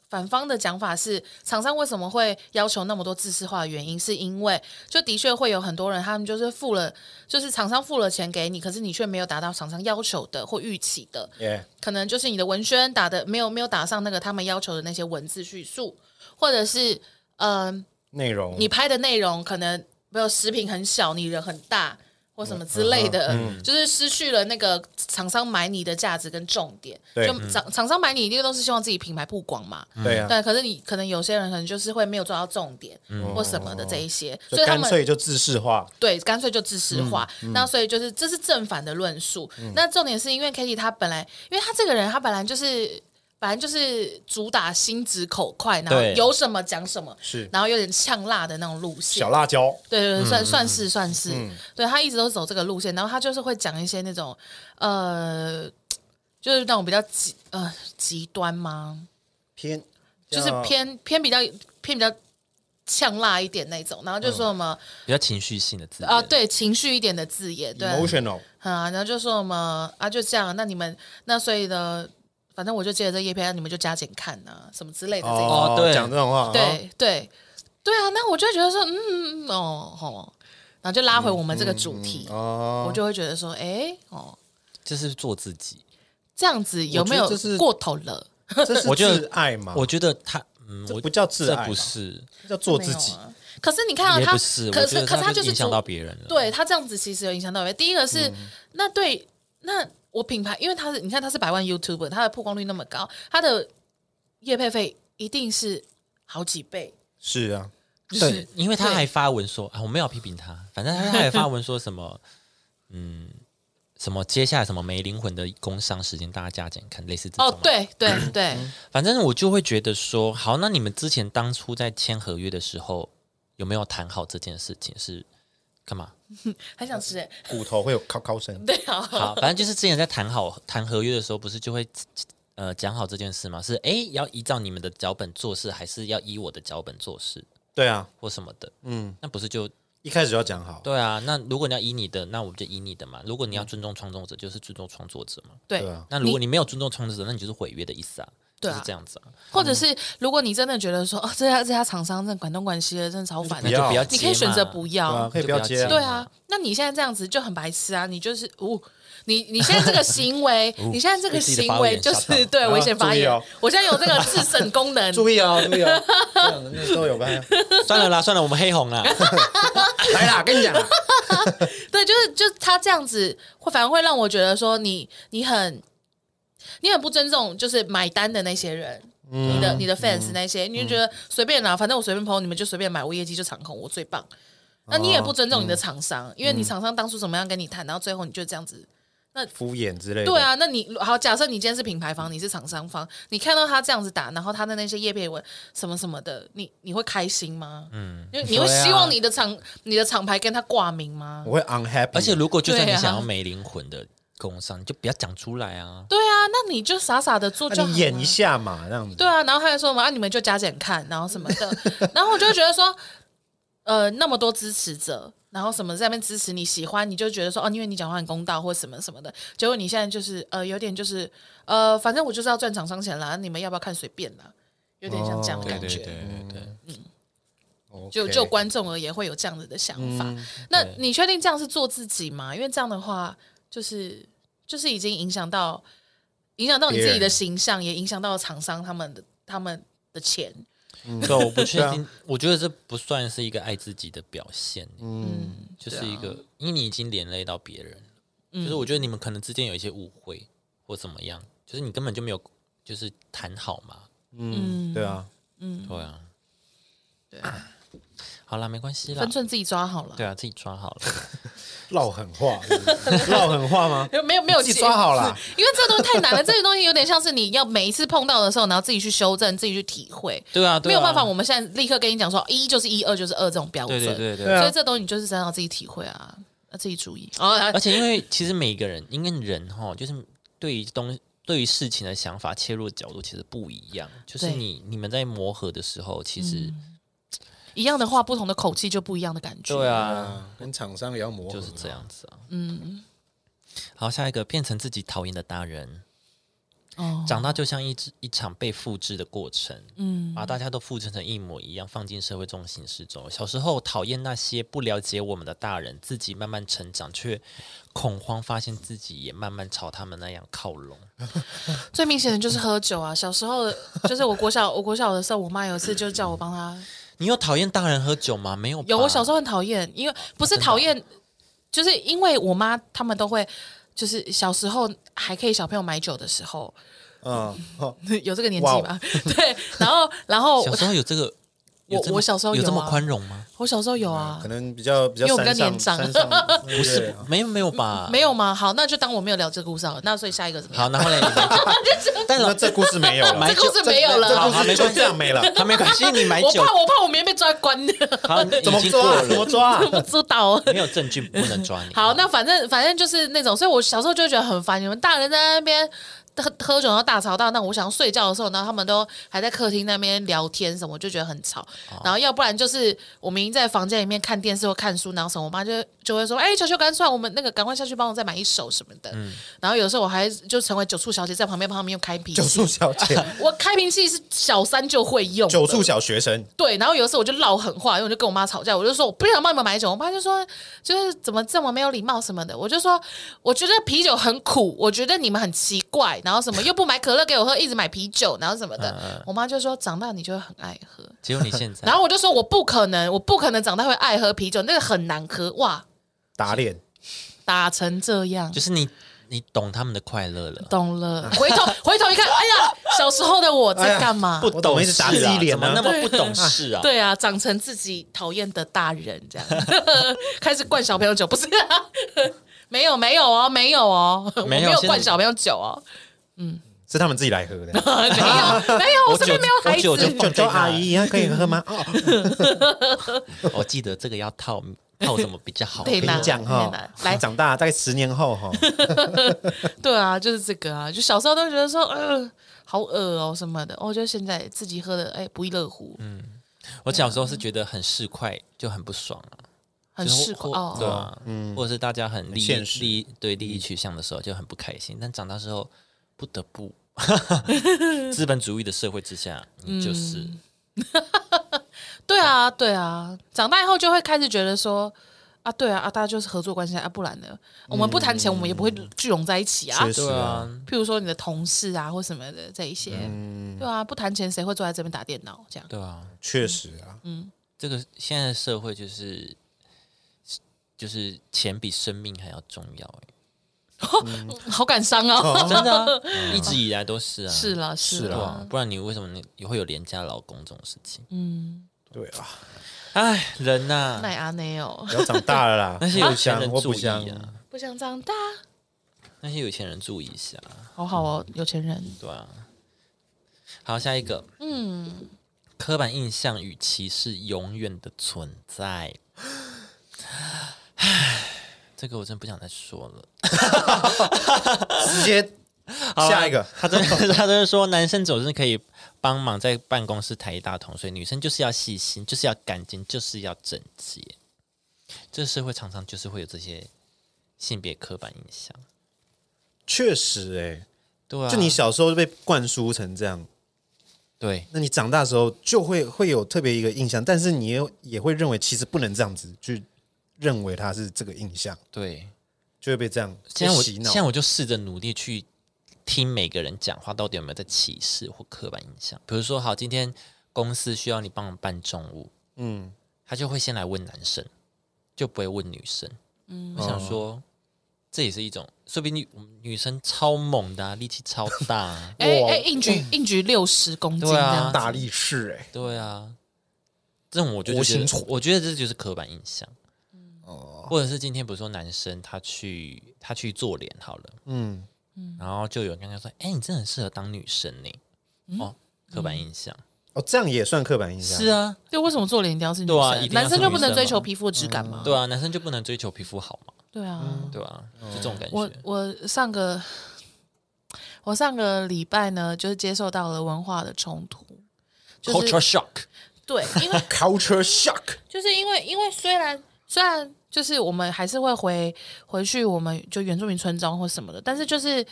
Speaker 3: 反方的讲法是，厂商为什么会要求那么多制式化的原因，是因为就的确会有很多人，他们就是付了，就是厂商付了钱给你，可是你却没有达到厂商要求的或预期的，
Speaker 4: 耶，
Speaker 3: 可能就是你的文宣打的没有没有打上那个他们要求的那些文字叙述，或者是嗯、呃
Speaker 4: 内容
Speaker 3: 你拍的内容可能没有食品很小，你人很大或什么之类的，就是失去了那个厂商买你的价值跟重点。
Speaker 4: 对
Speaker 3: 就厂厂商买你一定都是希望自己品牌曝光嘛。
Speaker 4: 对啊，
Speaker 3: 对，可是你可能有些人可能就是会没有抓到重点、或什么的这一些，
Speaker 4: 嗯
Speaker 3: 所
Speaker 4: 哦就
Speaker 3: 以他
Speaker 4: 干
Speaker 3: 们
Speaker 4: 脆嗯就自式化，
Speaker 3: 对，干脆就知识化。那所以就是这是正反的论述。
Speaker 4: 嗯
Speaker 3: 那重点是因为 Kitty 她本来，因为她这个人她本来就是。本来就是主打心直口快，然后
Speaker 1: 对
Speaker 3: 有什么讲什么，
Speaker 4: 是
Speaker 3: 然后有点呛辣的那种路线
Speaker 4: 小，辣嗯椒，
Speaker 3: 对对对，算算是算是，
Speaker 4: 嗯
Speaker 3: 对他一直都走这个路线，然后他就是会讲一些那种呃，就是那种比较极呃极端吗？
Speaker 4: 偏
Speaker 3: 就是偏偏比较偏比较呛辣一点那种，然后就说什么、
Speaker 1: 比较情绪性的字
Speaker 3: 啊，
Speaker 1: 眼，
Speaker 3: 对情绪一点的字眼，对，
Speaker 4: emotional，
Speaker 3: 啊，然后就说什么啊，就这样，那你们那所以呢，反正我就接着这叶片，那你们就加减看啊，什么之类的这种，
Speaker 1: 哦对
Speaker 4: 讲这种话，哦，
Speaker 3: 对对对啊，那我就会觉得说，嗯哦吼、然后就拉回我们这个主题，
Speaker 2: 嗯
Speaker 4: 哦，
Speaker 3: 我就会觉得说，哎、哦，
Speaker 1: 就是做自己。
Speaker 3: 这样子有没有
Speaker 4: 我觉得这是
Speaker 3: 过头了？
Speaker 4: 哦这是
Speaker 1: 我觉得
Speaker 4: 自爱嘛，
Speaker 1: 我觉得他，嗯，
Speaker 4: 啊这
Speaker 1: 我
Speaker 4: 不叫自
Speaker 1: 这
Speaker 4: 爱吧，
Speaker 1: 不是，
Speaker 4: 这叫做自己
Speaker 3: 没有，啊。可是你看啊，
Speaker 1: 也
Speaker 3: 他
Speaker 1: 不是，
Speaker 3: 可
Speaker 1: 我觉
Speaker 3: 是
Speaker 1: 得
Speaker 3: 可是
Speaker 1: 他
Speaker 3: 就是
Speaker 1: 影响
Speaker 3: 主
Speaker 1: 到别人了。
Speaker 3: 对他这样子其实有影响到别人。第一个
Speaker 4: 嗯
Speaker 3: 是、那对那我品牌，因为他是你看他是百万 YouTuber，他的曝光率那么高，他的业配费一定是好几倍。
Speaker 4: 是啊，
Speaker 1: 对，因为他
Speaker 3: 对
Speaker 1: 还发文说啊，我没有批评他，反正他还发文说什么，嗯，什么接下来什么没灵魂的工伤时间，大家加减看，类似这种。啊
Speaker 3: 哦，，对对对，
Speaker 4: 嗯
Speaker 1: 反正我就会觉得说，好，那你们之前当初在签合约的时候，有没有谈好这件事情是干 [laughs] 嘛？
Speaker 3: 很想吃哎、
Speaker 4: 骨头会有敲敲声，
Speaker 3: [laughs] 对啊，
Speaker 1: 好，反正就是之前在谈好谈合约的时候，不是就会呃讲好这件事吗？是诶，要依照你们的脚本做事，还是要依我的脚本做事
Speaker 4: 对啊，
Speaker 1: 或什么的？
Speaker 4: 嗯，
Speaker 1: 那不是就
Speaker 4: 一开始就要讲好，
Speaker 1: 对啊，那如果你要依你的，那我们就依你的嘛。如果你要尊重创作者，就是尊重创作者嘛。
Speaker 3: 对
Speaker 4: 对啊
Speaker 1: 那如果你没有尊重创作者，那你就是毁约的意思啊，
Speaker 3: 对
Speaker 1: 就
Speaker 3: 啊
Speaker 1: 是这样子啊。
Speaker 3: 或者是如果你真的觉得说，哦，这家这家厂商真的管东管西的，真的超烦
Speaker 4: 不
Speaker 1: 那就
Speaker 3: 的，
Speaker 4: 要
Speaker 1: 不要，
Speaker 3: 你可以选择不。
Speaker 4: 对啊，
Speaker 3: 要。
Speaker 4: 可以不要接
Speaker 1: 就不要
Speaker 3: 对
Speaker 1: 接
Speaker 4: 啊，
Speaker 3: 啊，那你现在这样子就很白痴啊！你就是哦，你你现在这个
Speaker 4: [laughs]
Speaker 3: 行为，
Speaker 4: 哦
Speaker 3: 你现在这个行为就
Speaker 1: 自己的
Speaker 3: 是对
Speaker 4: 啊
Speaker 3: 危险发言
Speaker 4: 注意哦。
Speaker 3: 我现在有这个自省功
Speaker 4: [laughs]
Speaker 3: 能，
Speaker 4: 注意哦，注意哦，这样的那都有关，
Speaker 1: [laughs] 算了啦，算了，我们黑红啦。
Speaker 4: 来啦，跟你讲啊啦，
Speaker 3: 对，就是就是他这样子会，反而会让我觉得说你你很你很不尊重，就是买单的那些人，
Speaker 4: 嗯
Speaker 3: 你的你的 fans 那些，你就觉得随便啦，反正我随便抛，你们就随便买，我业绩就长控，我最棒。
Speaker 4: 嗯
Speaker 3: 那你也不尊重你的厂商，因为你厂商当初怎么样跟你谈，然后最后你就这样子，
Speaker 4: [laughs] 敷衍之类的。
Speaker 3: 对，啊，那你好，假设你今天是品牌方，你是厂商方，你看到他这样子打，然后他的那些叶片文什么什么的，你你会开心吗？嗯，因为你会
Speaker 4: 对啊
Speaker 3: 希望你的厂、你的厂牌跟他挂名吗？
Speaker 4: 我会 unhappy。
Speaker 1: 而且如果就算你
Speaker 3: 对啊
Speaker 1: 想要没灵魂的工伤，你就不要讲出来啊。
Speaker 3: 对啊，那你就傻傻的做就
Speaker 4: 那
Speaker 3: 好
Speaker 4: 你
Speaker 3: 了啊
Speaker 4: 演一下嘛，这样子。
Speaker 3: 对啊，然后他还说嘛，啊，你们就加减看，然后什么
Speaker 1: [laughs]
Speaker 3: 的，然后我就会觉得说，呃，那么多支持者，然后什么在那边支持你喜欢，你就觉得说，哦，因为你讲话很公道或什么什么的，结果你现在就是呃，有点就是呃，反正我就是要赚厂商钱啦，你们要不要看随便啦，有点像这样的感觉。
Speaker 1: 哦对，
Speaker 3: 啊
Speaker 4: OK
Speaker 3: 就就观众而言会有这样子的想
Speaker 1: 嗯
Speaker 3: 法。那你确定这样是做自己吗？因为这样的话，就是就是已经影响到影响到你自己
Speaker 4: 别
Speaker 3: 的
Speaker 4: 人
Speaker 3: 形象，也影响到厂商他们的他们的钱。
Speaker 4: 嗯
Speaker 1: 对，
Speaker 4: 啊
Speaker 1: 我不确定，我觉得这不算是一个爱自己的表现，
Speaker 3: 嗯，
Speaker 1: 就是一个，因为你已经连累到别人了，就是我觉得你们可能之间有一些误会或怎么样，就是你根本就没有就是谈好嘛，
Speaker 4: 嗯，对啊，
Speaker 1: 对啊，
Speaker 3: 对，啊
Speaker 1: 好啦，没关系啦
Speaker 3: 分，寸自己抓好了。
Speaker 1: 对啊，自己抓
Speaker 3: [laughs]
Speaker 1: 好了，
Speaker 4: 唠狠话， [laughs] 唠狠话吗？
Speaker 3: 没有没有
Speaker 4: 自己抓好啦，
Speaker 3: 因为这个东西太难了。 [laughs] 这个东西有点像是你要每一次碰到的时候，然后自己去修正，自己去体会。
Speaker 1: 对啊，对啊
Speaker 3: 没有办法，我们现在立刻跟你讲说一就是一，二就是二这种标准。
Speaker 1: 对对对对
Speaker 4: 对啊
Speaker 3: 所以这东西你就是真的要自己体会啊，要自己注意。哦，啊
Speaker 1: [laughs] 而且因为其实每个人，因为人哈，就是对于东对于事情的想法切入的角度其实不一样，就是
Speaker 3: 对嗯
Speaker 1: 你你们在磨合的时候，其实、
Speaker 3: 一样的话，不同的口气就不一样的感觉。
Speaker 1: 对，啊，
Speaker 4: 啊，跟厂商也要磨合，
Speaker 1: 就是这。样子啊。嗯，好，下一个变成自己讨厌的大人。
Speaker 3: 哦，
Speaker 1: 长大就像一只一场被复制的过程，
Speaker 3: 嗯，
Speaker 1: 把大家都复制成一模一样，放进社会中的形式中。小时候讨厌那些不了解我们的大人，自己慢慢成长，却恐慌发现自己也慢慢朝他们那样靠拢。
Speaker 3: 最明显的就是喝酒啊。小时候就是我国小，我国小的时候，我妈有一次就叫我帮她。
Speaker 1: 你有讨厌大人喝酒吗？没有吧，
Speaker 3: 有，我小时候很讨厌，因为不是讨厌，就是因为我妈他们都会，就是小时候还可以小朋友买酒的时候，
Speaker 4: 嗯，
Speaker 3: 有这个年
Speaker 4: 哇
Speaker 3: 纪
Speaker 4: 哦
Speaker 3: 吧？对，然后然后
Speaker 1: 小时候有这个，有
Speaker 3: [laughs] 我
Speaker 1: 这么
Speaker 3: 我小时候
Speaker 1: 有这
Speaker 3: 有
Speaker 1: 么
Speaker 3: 啊
Speaker 1: 宽容吗？
Speaker 3: 我小时候有啊
Speaker 4: 可，能比较比较
Speaker 3: 因为我
Speaker 4: 山
Speaker 3: 比较
Speaker 4: 上
Speaker 3: 年长
Speaker 4: 山上，不
Speaker 1: 不是，没有没有吧？
Speaker 3: 没有吗？好，那就当我没有聊这个故事好了。那所以下一个怎么样？
Speaker 1: 好，然后嘞，你买酒但
Speaker 4: 那
Speaker 1: 老
Speaker 4: 这故事没有了
Speaker 1: 买，
Speaker 3: 这故事没有
Speaker 4: 这
Speaker 3: 了，
Speaker 1: 好
Speaker 4: 故
Speaker 1: 好
Speaker 4: 事
Speaker 1: 没
Speaker 4: 就
Speaker 1: 关系
Speaker 4: 这样没了。
Speaker 1: 他没
Speaker 3: [laughs]
Speaker 1: 关系，你买
Speaker 3: 我
Speaker 1: 酒
Speaker 3: 怕，我怕我明天被抓关的，
Speaker 1: 好，你已
Speaker 4: 怎么
Speaker 1: 经过
Speaker 4: 抓？怎么
Speaker 1: 了，
Speaker 4: 抓？
Speaker 3: 不知道。
Speaker 1: 没有证据不能抓你。
Speaker 3: 好，那反正反正就是那种，所以我小时候就觉得很烦，你们大人在那边喝喝酒，然后大吵大闹。我想要睡觉的时候，然后他们都还在客厅那边聊天什么，我就觉得很吵。然后要不然就是我明明在房间里面看电视或看书，然后什么，我妈就就会说：“哎、球球，赶快出来，我们那个赶快下去帮我再买一手什么的。然后有时候我还就成为酒醋小姐，在旁边帮他们用开瓶
Speaker 4: [laughs]
Speaker 3: 器
Speaker 4: 九。处小姐，
Speaker 3: 我开瓶器是小三就会用的，
Speaker 4: 九处小学生，
Speaker 3: 对，然后有的时候我就唠狠话，因为我就跟我妈吵架，我就说我不想帮你们买酒，我妈就说就是怎么这么没有礼貌什么的，我就说我觉得啤酒很苦，我觉得你们很奇怪，然后什么又不买可乐给我喝，一直买啤酒，然后什么的，我妈就说长大你就会很爱喝，
Speaker 1: 结果你现在，
Speaker 3: 然后我就说我不可能，我不可能长大会爱喝啤酒，那个很难喝，哇，
Speaker 4: 打脸，
Speaker 3: 打成这样
Speaker 1: 就。是你，你懂他们的快乐了。
Speaker 3: 懂了，回头回头一看，哎呀，小时候的我在干嘛？
Speaker 1: 不
Speaker 4: 我
Speaker 1: 懂
Speaker 4: 懂一
Speaker 1: 事
Speaker 4: 直
Speaker 1: 啊，
Speaker 4: 打自己脸
Speaker 1: 怎么
Speaker 4: 啊
Speaker 1: 那么不懂事啊？
Speaker 3: 对啊，长成自己讨厌的大人这样， [laughs] 开始灌小朋友酒，不是、 [laughs] 啊？没有没有哦，没有哦，我
Speaker 1: 没
Speaker 3: 没
Speaker 1: 有
Speaker 3: 有
Speaker 1: 现在
Speaker 3: 灌小朋友
Speaker 1: [laughs]
Speaker 3: 酒哦，
Speaker 4: 是他们自己来喝的。
Speaker 3: 没有没有，我身边没有孩
Speaker 1: 啊我酒
Speaker 3: 子
Speaker 1: [laughs] 就。放在那
Speaker 4: 啊，可以喝
Speaker 1: [laughs]
Speaker 4: 吗？哦，
Speaker 1: 我记得这个要套套什么比较好？
Speaker 3: 对
Speaker 4: 跟
Speaker 3: 啦
Speaker 4: 你讲哈
Speaker 3: 来，来
Speaker 4: 长大大概十年后
Speaker 1: [laughs]
Speaker 4: 哈，
Speaker 3: 对啊，就是这个啊，就小时候都觉得说，呃，好恶哦什么的，哦，就现在自己喝的，哎，不亦乐乎，
Speaker 1: 嗯我小时候是觉得很市侩，就很不爽啊，
Speaker 3: 很
Speaker 1: 就是
Speaker 3: 市侩
Speaker 1: 或
Speaker 3: 哦。
Speaker 1: 对啊，或者是大家很利益
Speaker 4: 嗯现实嗯
Speaker 1: 利益对利益取向的时候就很不开心，但长大之后不得
Speaker 3: [laughs]
Speaker 1: 不资本主义的社会之下，你就是
Speaker 3: 嗯对啊，对啊，长大以后就会开始觉得说，啊，对啊，啊，大家就是合作关系啊，不然呢，我们不
Speaker 1: 嗯
Speaker 3: 谈钱，我们也不会聚拢在一起啊。
Speaker 4: 确实
Speaker 1: 对啊，，
Speaker 3: 譬如说你的同事啊或什么的这一些，
Speaker 1: 嗯
Speaker 3: 对啊，不谈钱谁会坐在这边打电脑这样？
Speaker 1: 对啊，
Speaker 4: 确实啊，
Speaker 1: 这个现在的社会就是就是钱比生命还要重要欸、
Speaker 3: 好感伤哦。
Speaker 1: 真的、
Speaker 4: 嗯
Speaker 1: 啊，一直以来都是啊，
Speaker 3: [laughs] 是啦，是
Speaker 1: 对
Speaker 3: 啦，
Speaker 1: 啊，不然你为什么你你会有廉价老公这种事情？
Speaker 3: 嗯
Speaker 4: 对啊，
Speaker 1: 哎，人呐、
Speaker 3: 奈阿内哦，
Speaker 4: 要长大了啦，
Speaker 1: [laughs] 那些有钱人
Speaker 4: 我不
Speaker 1: 注意
Speaker 4: 想，
Speaker 1: 啊，
Speaker 3: 不想长大，
Speaker 1: 那那些有钱人注意一下，啊
Speaker 3: 好好哦，有钱人。，
Speaker 1: 对啊。好，下一个，嗯，刻板印象与歧视永远的存在。唉，这个我真不想再说了。
Speaker 2: 直接
Speaker 1: 好
Speaker 2: 下一个，
Speaker 1: 他真的 [laughs] 他真的说，男生总是可以帮忙在办公室抬一大桶水，女生就是要细心，就是要干净，就是要整洁。这社会常常就是会有这些性别刻板印象，
Speaker 2: 确实
Speaker 4: 欸
Speaker 2: 哎、
Speaker 1: 对啊，
Speaker 2: 就你小时候就被灌输成这样，
Speaker 1: 对
Speaker 2: 那你长大的时候就会会有特别一个印象，但是你也也会认为其实不能这样子去认为它是这个印象，
Speaker 1: 对。
Speaker 2: 就会被这样
Speaker 1: 现在
Speaker 2: 被
Speaker 1: 我
Speaker 2: 洗脑
Speaker 1: 现。在我就试着努力去听每个人讲话，到底有没有在歧视或刻板印象。比如说，好，今天公司需要你帮忙办重物，
Speaker 2: 嗯，
Speaker 1: 他就会先来问男生，就不会问女生。嗯，我想
Speaker 2: 哦
Speaker 1: 说，这也是一种，说不定女我们女生超猛的、啊，力气超大、啊
Speaker 2: [laughs]
Speaker 3: 哎哎，
Speaker 1: [clears throat]
Speaker 3: 硬举硬举六十公斤
Speaker 1: 对
Speaker 3: 这
Speaker 1: 啊
Speaker 3: 样子，
Speaker 2: 大力士哎、
Speaker 1: 对啊，这种我就
Speaker 2: 国
Speaker 1: 觉
Speaker 2: 情
Speaker 1: 得
Speaker 2: 错，
Speaker 1: 我觉得这就是刻板印象。
Speaker 2: 嗯
Speaker 1: 或者是今天比如说男生他去他去做脸好了，
Speaker 2: 嗯，
Speaker 1: 然后就有人跟他说：“哎、你真的很适合当女生呢。
Speaker 3: 嗯
Speaker 1: 哦，刻板印象、
Speaker 2: 哦，这样也算刻板印象。
Speaker 1: 是啊，
Speaker 3: 对，为什么做脸一定要是女
Speaker 1: 对啊一
Speaker 3: 生？
Speaker 1: 定要
Speaker 3: 男
Speaker 1: 是
Speaker 3: 生就不
Speaker 1: 女生
Speaker 3: 能追
Speaker 1: 嘛
Speaker 3: 求皮肤的质感吗？
Speaker 1: 对啊，男生就不能追求皮肤好嘛，
Speaker 3: 对啊，
Speaker 1: 对啊，就这种感
Speaker 3: 我
Speaker 1: 觉。
Speaker 3: 我上个我上个礼拜呢，就是接受到了文化的冲突，就
Speaker 1: Culture
Speaker 3: 是
Speaker 1: shock，
Speaker 3: 对，因为
Speaker 2: Culture shock，
Speaker 3: 就是因为因为虽然虽然就是我们还是会回回去我们就原住民村庄或什么的，但是就是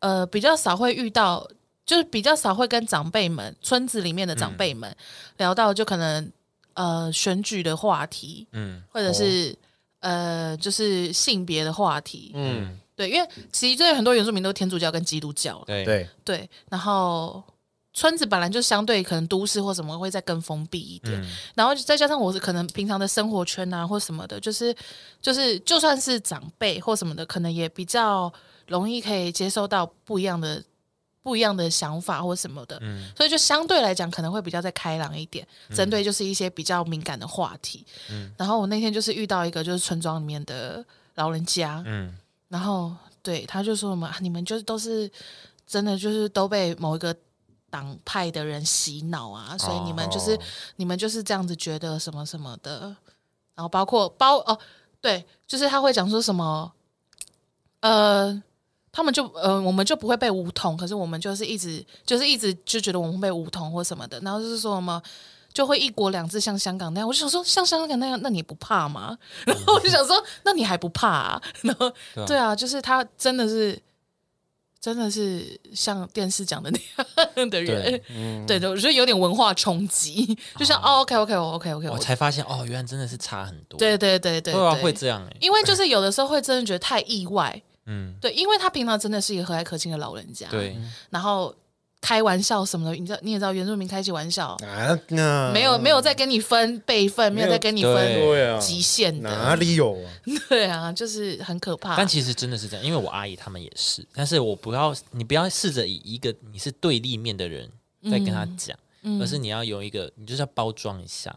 Speaker 3: 呃比较少会遇到，就是比较少会跟长辈们村子里面的长辈们、聊到就可能呃选举的话题，
Speaker 1: 嗯
Speaker 3: 或者是、呃就是性别的话题，
Speaker 2: 嗯，
Speaker 3: 对，因为其实这有很多原住民都是天主教跟基督教啦
Speaker 1: 对
Speaker 2: 对，
Speaker 3: 对，然后村子本来就相对可能都市或什么会再更封闭
Speaker 1: 嗯
Speaker 3: 一点，然后再加上我是可能平常的生活圈啊或什么的，就是就是就算是长辈或什么的，可能也比较容易可以接受到不一样的不一样的想法或什么的，所以就相对来讲可能会比较再开朗一点，针对就是一些比较敏感的话题。然后我那天就是遇到一个就是村庄里面的老人家，
Speaker 1: 嗯
Speaker 3: 然后对他就说什么、啊你们就是都是真的就是都被某一个党派的人洗脑啊，所以你们就是、你们就是这样子觉得什么什么的，然后包括包哦对，就是他会讲说什么呃。他们就呃，我们就不会被梧桐，可是我们就是一直就是一直就觉得我们会被梧桐或什么的，然后就是说什么就会一国两制，像香港那样。我就想说，像香港那样，那你不
Speaker 1: [laughs]
Speaker 3: 怕吗？然后我就想说，那你还不怕、啊？ [laughs] 然后
Speaker 1: 对啊
Speaker 3: 对啊，就是他真的是真的是像电视讲的那样的人
Speaker 1: 对，嗯
Speaker 2: 嗯
Speaker 3: 对对，我觉得有点文化冲击，就像哦，OK OK OK OK
Speaker 1: 我
Speaker 3: OK，
Speaker 1: 才发现哦，原来真的是差很多。
Speaker 3: 对对对对
Speaker 1: 对啊，
Speaker 3: 对
Speaker 1: 会这样哎、欸，
Speaker 3: 因为就是有的时候会真的觉得太意外，
Speaker 1: 嗯，
Speaker 3: 对，因为他平常真的是一个和蔼可亲的老人家，，
Speaker 1: 对，
Speaker 3: 然后开玩笑什么的，你知道你也知道原住民开起玩笑，
Speaker 2: 啊，那
Speaker 3: 没有没有再跟你分辈分，没有再跟你分
Speaker 1: 嗯对
Speaker 2: 对啊，
Speaker 3: 极限
Speaker 2: 哪
Speaker 3: 的，
Speaker 2: 里有啊？
Speaker 3: [laughs] 对啊，就是很可怕。
Speaker 1: 但其实真的是这样，因为我阿姨他们也是，但是我不要你不要试着以一个你是对立面的人在跟
Speaker 3: 嗯
Speaker 1: 他讲，而是你要有一个，你就是要包装一下。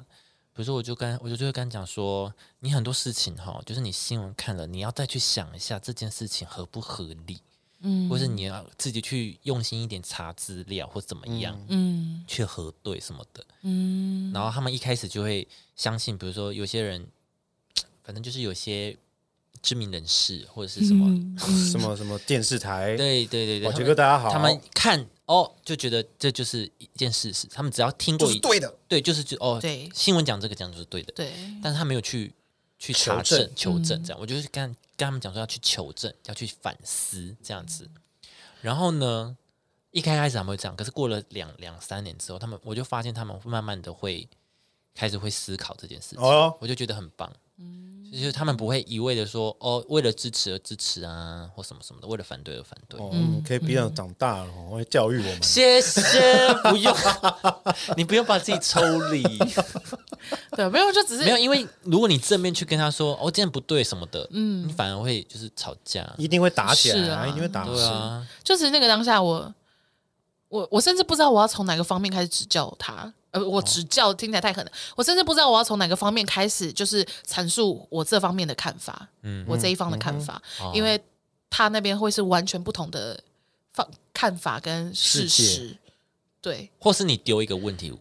Speaker 1: 比如说，我就跟我就就会跟他讲说，你很多事情哈，就是你新闻看了，你要再去想一下这件事情合不合理，嗯，或是你要自己去用心一点查资料或怎么样，
Speaker 3: 嗯
Speaker 1: 去核对什么的。
Speaker 3: 嗯
Speaker 1: 然后他们一开始就会相信，比如说有些人，反正就是有些知名人士或者是
Speaker 3: [laughs]
Speaker 1: 什么，
Speaker 3: 嗯
Speaker 2: 什么什么电视台？
Speaker 1: 对对对对，
Speaker 2: 宝
Speaker 1: 他
Speaker 2: 杰
Speaker 1: 们
Speaker 2: 哦哥，大家好，
Speaker 1: 他们看哦，就觉得这就是一件事实，他们只要听
Speaker 2: 就
Speaker 1: 过
Speaker 2: 是
Speaker 1: 一
Speaker 2: 对的，
Speaker 1: 对，就是就哦，
Speaker 3: 对
Speaker 1: 新闻讲这个讲就是对的，
Speaker 3: 对，
Speaker 1: 但是他没有去去
Speaker 2: 求
Speaker 1: 查
Speaker 2: 证嗯
Speaker 1: 证、求证这样，我就是跟他跟他们讲说要去求证，要去反思这样子。然后呢，一开开始他们会这样，可是过了两两三年之后，他们我就发现他们会慢慢的会开始会思考这件事情，
Speaker 2: 哦嗯
Speaker 1: 我就觉得很棒。就是他们不会一味的说哦，为了支持而支持啊，或什么什么的，为了反对而反对。
Speaker 2: 哦，你可以别让长大了，哦会教育我们。
Speaker 1: 谢谢，不用， [laughs] 你不用把自己抽 [laughs] 离。
Speaker 3: 对，没有就只是
Speaker 1: 没有，因为如果你正面去跟他说“哦，这样不对”什么的，嗯，你反而会就是吵架。
Speaker 2: 一定会打起
Speaker 3: 是
Speaker 2: 来
Speaker 3: 啊
Speaker 2: 一定会打
Speaker 1: 对
Speaker 2: 起
Speaker 1: 啊，
Speaker 3: 就是那个当下我，我我甚至不知道我要从哪个方面开始指教他。呃，我指教听起来太狠了，我甚至不知道我要从哪个方面开始，就是阐述我这方面的看法，嗯，我这一方的看法，因为他那边会是完全不同的方看法跟事
Speaker 4: 世界
Speaker 3: 实。对，
Speaker 1: 或是你丢一个问题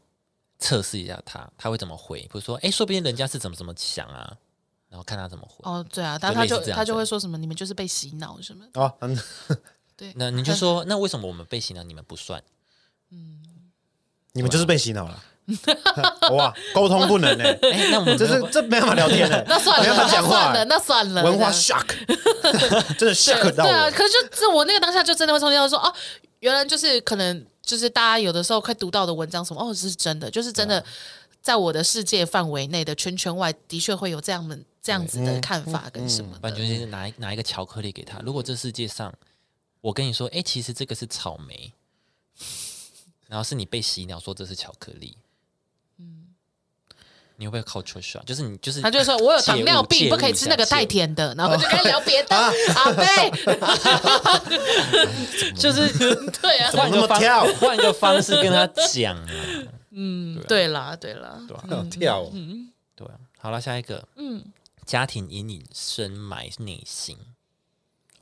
Speaker 1: 测试一下他，他会怎么回？比如说，哎，说不定人家是怎么怎么想啊，然后看他怎么回。
Speaker 3: 哦，对啊，但他
Speaker 1: 就
Speaker 3: 就
Speaker 1: 类似这样
Speaker 3: 他就
Speaker 1: 子
Speaker 3: 会说什么你们就是被洗脑什么的，
Speaker 4: 哦，嗯
Speaker 3: 对，
Speaker 1: 那你就说，那为什么我们被洗脑，你们不算？
Speaker 5: 你们就是被洗脑了。 [laughs] 哇，沟通不能呢、
Speaker 1: [laughs]
Speaker 5: 欸
Speaker 1: 哎，那我 [laughs] 们
Speaker 5: 这
Speaker 1: 没
Speaker 5: 是
Speaker 1: 有
Speaker 5: 这没办法聊天的、
Speaker 3: 那算了，
Speaker 5: 没办
Speaker 3: 那
Speaker 5: 法讲话
Speaker 3: 算
Speaker 5: 欸、
Speaker 3: 了，那算了，啊
Speaker 5: 文化
Speaker 3: 这样
Speaker 5: shock，真的 shock [laughs]
Speaker 3: 对
Speaker 5: 到
Speaker 3: 对啊，
Speaker 5: 我。
Speaker 3: 可是就这我那个当下就真的会冲击到说，哦，原来就是可能就是大家有的时候快读到的文章什么，哦，这是真的，就是真的，
Speaker 5: 啊
Speaker 3: 在我的世界范围内的圈圈外，的确会有这样的这样子
Speaker 5: 嗯
Speaker 3: 的看法跟什么
Speaker 1: 完
Speaker 3: 的。
Speaker 1: 全就是拿一拿一个巧克力给他。如果这世界上，我跟你说，哎，其实这个是草莓，然后是你被洗脑说这是巧克力，嗯，你会不会 culture shock？就是你就是
Speaker 3: 他就说：“我有糖尿
Speaker 1: 介 [laughs]
Speaker 3: 病，
Speaker 1: 入
Speaker 3: 不可以吃那个太。甜的。”然后我就跟他聊别的。
Speaker 5: 啊 [laughs]
Speaker 3: 阿贝，就是 [laughs] 对啊
Speaker 1: 介入，换
Speaker 5: 怎么那
Speaker 1: 个
Speaker 5: 么跳
Speaker 1: 方换个方式跟他讲啊，
Speaker 3: 嗯对啦，对啦，
Speaker 5: [laughs]
Speaker 4: 好跳哦，
Speaker 1: 对啊。好了，下一个，嗯，家庭阴影深埋内心。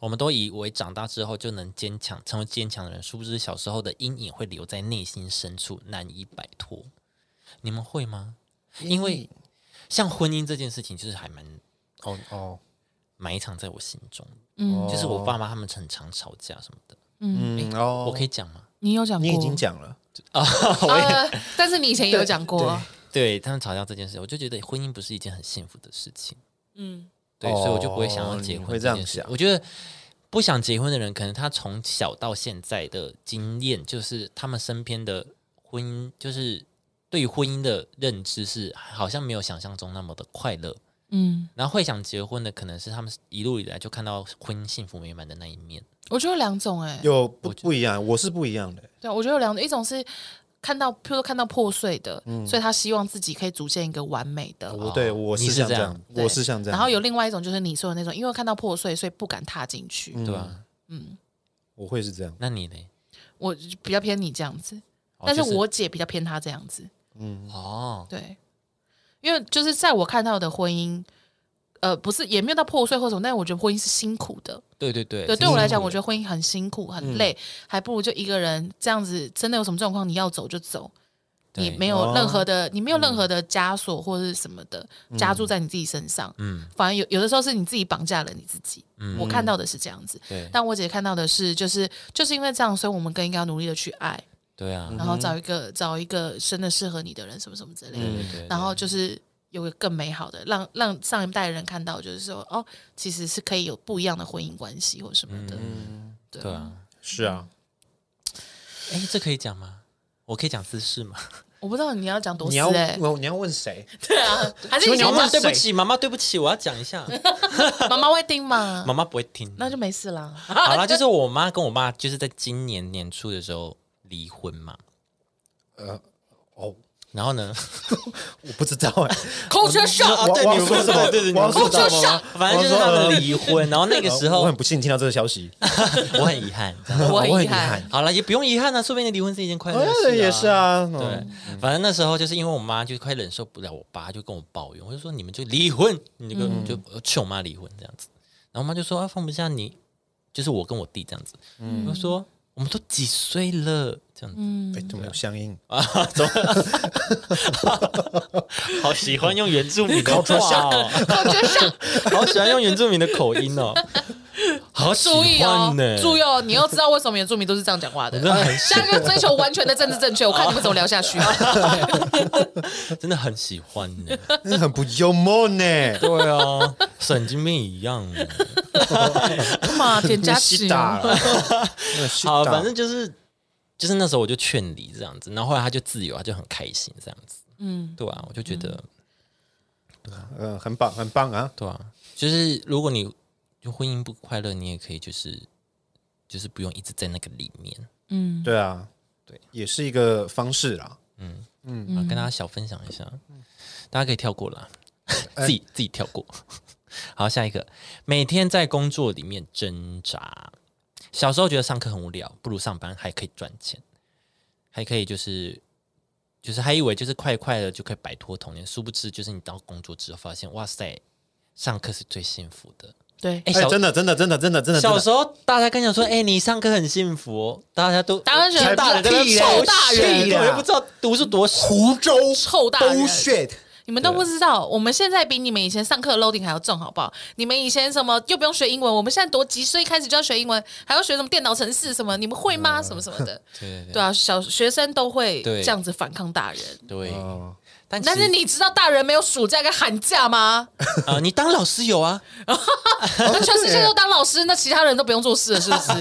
Speaker 1: 我们都以为长大之后就能坚强，成为坚强的人，殊不知小时候的阴影会留在内心深处，难以摆脱。你们会吗？因为
Speaker 5: 嗯
Speaker 1: 像婚姻这件事情，就是还蛮
Speaker 5: 哦哦，
Speaker 1: 埋藏在我心中。
Speaker 3: 嗯
Speaker 1: 就是我爸妈他们很常吵架什么的，
Speaker 5: 嗯哦，
Speaker 1: 我可以哦讲吗？
Speaker 3: 你有讲过，
Speaker 5: 你已经讲了，
Speaker 3: 呃，但是你以前也有讲过，啊
Speaker 1: 对他们吵架这件事，我就觉得婚姻不是一件很幸福的事情。
Speaker 3: 嗯，
Speaker 1: 对，
Speaker 5: 哦
Speaker 1: 所以我就不会想要结
Speaker 5: 你
Speaker 1: 婚
Speaker 5: 会
Speaker 1: 这
Speaker 5: 这样
Speaker 1: 件事
Speaker 5: 想
Speaker 1: 我觉得不想结婚的人，可能他从小到现在的经验，就是他们身边的婚姻，就是对于婚姻的认知是好像没有想象中那么的快乐。
Speaker 3: 嗯，
Speaker 1: 然后会想结婚的，可能是他们一路以来就看到婚姻幸福美满的那一面。
Speaker 3: 我觉得有两种，哎，
Speaker 5: 有不不一样，我是不一样的、
Speaker 3: 对，啊我觉得有两种，一种是看到，譬如说看到破碎的，所以他希望自己可以组建一个完美的。
Speaker 5: 我对我
Speaker 1: 嗯哦你是
Speaker 5: 像
Speaker 1: 这
Speaker 5: 这
Speaker 1: 样
Speaker 5: 样，
Speaker 3: 对
Speaker 5: 我是像这样，
Speaker 3: 然后有另外一种就是你说的那种，因为看到破碎，所以不敢踏进去。
Speaker 5: 嗯
Speaker 1: 对吧？
Speaker 5: 我会是这样。
Speaker 1: 那你呢？
Speaker 3: 我比较偏你这样子，
Speaker 1: 哦
Speaker 3: 但是
Speaker 1: 就是
Speaker 3: 我姐比较偏她这样子。
Speaker 1: 哦，
Speaker 3: 对，因为就是在我看到的婚姻，呃，不是也没有到破碎或什么，但是我觉得婚姻是辛苦的。
Speaker 1: 对对对，
Speaker 3: 对，
Speaker 1: 是
Speaker 3: 对我来
Speaker 1: 辛
Speaker 3: 讲，
Speaker 1: 苦
Speaker 3: 我
Speaker 1: 的嗯
Speaker 3: 觉得婚姻很辛苦、很累，还不如就一个人这样子。真的有什么状况，你要走就走，你
Speaker 1: 对嗯
Speaker 3: 没有任何的，你没有任何的枷锁或者是什么的加注在你自己身上。
Speaker 1: 嗯
Speaker 3: 反而有有的时候是你自己绑架了你自己。
Speaker 1: 嗯
Speaker 3: 我看到的是这样子，
Speaker 1: 对
Speaker 3: 但我姐看到的是，就是就是因为这样，所以我们更应该要努力的去爱，
Speaker 1: 对啊，
Speaker 5: 嗯
Speaker 3: 然后找一个找一个真的适合你的人，什么什么之类的。
Speaker 1: 对嗯对对，
Speaker 3: 然后就是有个更美好的，让让上一代的人看到，就是说哦，其实是可以有不一样的婚姻关系或什么的。对
Speaker 1: 对啊，
Speaker 5: 是啊，
Speaker 1: 哎，这可以讲吗？我可以讲私事吗？
Speaker 3: 我不知道你要讲多
Speaker 5: 你
Speaker 3: 私
Speaker 5: 要
Speaker 3: 哎、
Speaker 5: 我你要问谁？ [laughs]
Speaker 3: 对啊，还是
Speaker 5: 请
Speaker 3: 你
Speaker 5: 问你要
Speaker 1: 妈妈
Speaker 3: 想
Speaker 5: 问
Speaker 1: 对不
Speaker 5: 谁
Speaker 1: 起，妈妈对不起，我要讲一下，
Speaker 3: 讲妈妈会听吗
Speaker 1: 妈？妈不会听。
Speaker 3: 那就没事啦。
Speaker 1: 好啦，就是 [laughs] 我妈跟我爸就是在今年年初的时候离婚嘛，
Speaker 5: 哦，
Speaker 1: 然后呢，
Speaker 5: [laughs] 我不知道哎、
Speaker 3: 空缺
Speaker 1: 啊
Speaker 3: 少，
Speaker 1: 对
Speaker 5: 我
Speaker 1: 你们不知道对对
Speaker 5: 我要
Speaker 1: 你们
Speaker 5: 说
Speaker 1: 不知
Speaker 5: 什
Speaker 1: 道
Speaker 3: 我就
Speaker 5: 么
Speaker 3: 想？
Speaker 1: 反正就是他们离婚，然后那个时
Speaker 5: 呃我呃
Speaker 1: 候
Speaker 5: 很不幸听到这个消息，
Speaker 1: 我很遗憾。这样 [laughs]
Speaker 3: 我
Speaker 5: 我
Speaker 3: 很
Speaker 5: 很
Speaker 3: 遗
Speaker 5: 遗
Speaker 3: 憾
Speaker 5: 憾。
Speaker 1: 好了，也不用遗憾啊，说不定离婚是一件快乐的事、
Speaker 5: 也是。啊，
Speaker 1: 对
Speaker 5: 嗯，
Speaker 1: 反正那时候就是因为我妈就快忍受不了我爸，就跟我抱怨，我就说你们就离婚，你就跟、就我劝我妈离婚这样子。然后我妈就说啊，放不下你，就是我跟我弟这样子。我就说我们都几岁了，这样子。
Speaker 2: 嗯
Speaker 5: 哎，怎么有相应？
Speaker 1: [laughs] 好喜欢用原住民 [laughs] 的话哦， [laughs] 好喜欢用原住民的口音 [laughs] 哦，好喜
Speaker 3: 注意哦
Speaker 1: 欢呢，，
Speaker 3: 注意哦！你又知道为什么原住民都是这样讲话的呃
Speaker 1: 真的很，
Speaker 3: 下一个追求完全的政治正确，我
Speaker 1: [laughs]
Speaker 3: 看你们怎么聊下去。啊
Speaker 1: 真的很喜欢呢。
Speaker 5: 那很不幽默
Speaker 1: [laughs]
Speaker 5: 呢。
Speaker 1: 对啊， [laughs] 神经病一样。啊
Speaker 3: 嘛，田家
Speaker 5: 是
Speaker 2: 哦
Speaker 3: 琪，
Speaker 5: 打
Speaker 1: [laughs]
Speaker 5: 了，
Speaker 1: 哦好，反正就是就是那时候我就劝离这样子，然后后来他就自由，他就很开心这样子。
Speaker 3: 嗯，
Speaker 1: 对啊，我就觉得、
Speaker 5: 嗯，很棒，很棒啊！
Speaker 1: 对啊，就是如果你就婚姻不快乐，你也可以就是就是不用一直在那个里面。
Speaker 2: 嗯
Speaker 5: 对啊，
Speaker 1: 对，
Speaker 5: 也是一个方式啦。
Speaker 1: 啊，跟大家小分享一下，大家可以跳过啦，自己自己跳过。 [laughs] 好，下一个，每天在工作里面挣扎。小时候觉得上课很无聊，不如上班还可以赚钱，还可以就是就是还以为就是快快的就可以摆脱童年，殊不知就是你到工作之后发现，哇塞，上课是最幸福的。
Speaker 3: 对，
Speaker 1: 哎、
Speaker 5: 哎，
Speaker 1: 小、
Speaker 5: 真的，真的，真的，真的，真的，
Speaker 1: 小
Speaker 5: 真
Speaker 1: 时
Speaker 5: 的，
Speaker 1: 候大家跟你讲说，哎、你上课很幸福、哦，大家都
Speaker 3: 大家觉得
Speaker 1: 大人在那边
Speaker 5: 屁
Speaker 1: 臭
Speaker 5: 嘞
Speaker 1: 大人，
Speaker 5: 屁啦
Speaker 1: 根本就不知道读是多少。
Speaker 5: 湖州
Speaker 3: 臭大人
Speaker 5: bullshit，
Speaker 3: 你们都不知道，我们现在比你们以前上课 loading 还要重，好不好？你们以前什么又不用学英文，我们现在多几岁开始就要学英文，还要学什么电脑程式什么，你们会吗？什么什么的，
Speaker 1: 嗯对
Speaker 3: 对啊，小学生都会
Speaker 1: 对
Speaker 3: 这样子反抗大人。
Speaker 1: 对，
Speaker 5: 哦
Speaker 1: 但其
Speaker 3: 但是
Speaker 1: 实
Speaker 3: 你知道大人没有暑假跟寒假吗？
Speaker 1: 呃，你当老师有啊，
Speaker 3: 那全世界都当老师，那其他人都不用做事了，是
Speaker 1: [laughs]
Speaker 3: 不是？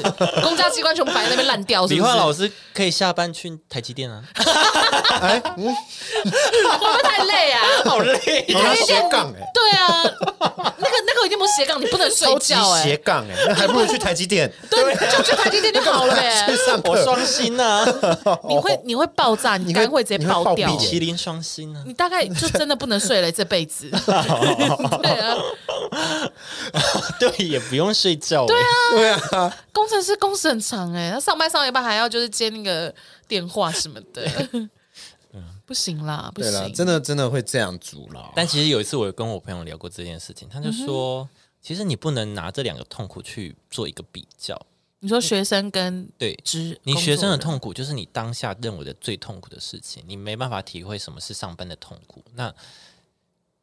Speaker 3: 公家机关全部摆在那边烂掉，是
Speaker 1: 理
Speaker 3: 不
Speaker 1: 化
Speaker 3: 是？
Speaker 1: 老师可以下班去台积电啊，
Speaker 5: 哎，
Speaker 1: [laughs]
Speaker 5: 嗯
Speaker 3: 会不会太累啊？
Speaker 1: 好累。
Speaker 5: 哦那斜杠哎，
Speaker 3: 对啊，那个那个已经不是斜杠，你不能睡
Speaker 5: 超级
Speaker 3: 觉哎、
Speaker 5: 斜杠哎，那还不如去台积
Speaker 1: [laughs]
Speaker 5: 电
Speaker 3: 对，就去台积电就好了、欸。
Speaker 5: 去上
Speaker 1: [laughs] 我
Speaker 5: 课。
Speaker 1: 双薪啊，
Speaker 3: 你会你会爆炸，你肝会直接爆掉
Speaker 5: 你会爆
Speaker 1: 米。其林双薪啊，
Speaker 3: 你大概就真的不能睡了这辈子。对啊，
Speaker 1: [laughs] 对，也不用睡觉、对啊，
Speaker 5: 对啊，
Speaker 3: 工程师工时很长哎、他上班上一半还要就是接那个电话什么的，不行啦，不
Speaker 4: 对了，
Speaker 3: 行。
Speaker 4: 真的真的会这样阻挠。
Speaker 1: 但其实有一次，我有跟我朋友聊过这件事情，他就说，其实你不能拿这两个痛苦去做一个比较。
Speaker 3: 你说学生跟
Speaker 1: 对
Speaker 3: 职，
Speaker 1: 你学生的
Speaker 3: 工作人，
Speaker 1: 痛苦，就是你当下认为的最痛苦的事情，你没办法体会什么是上班的痛苦。那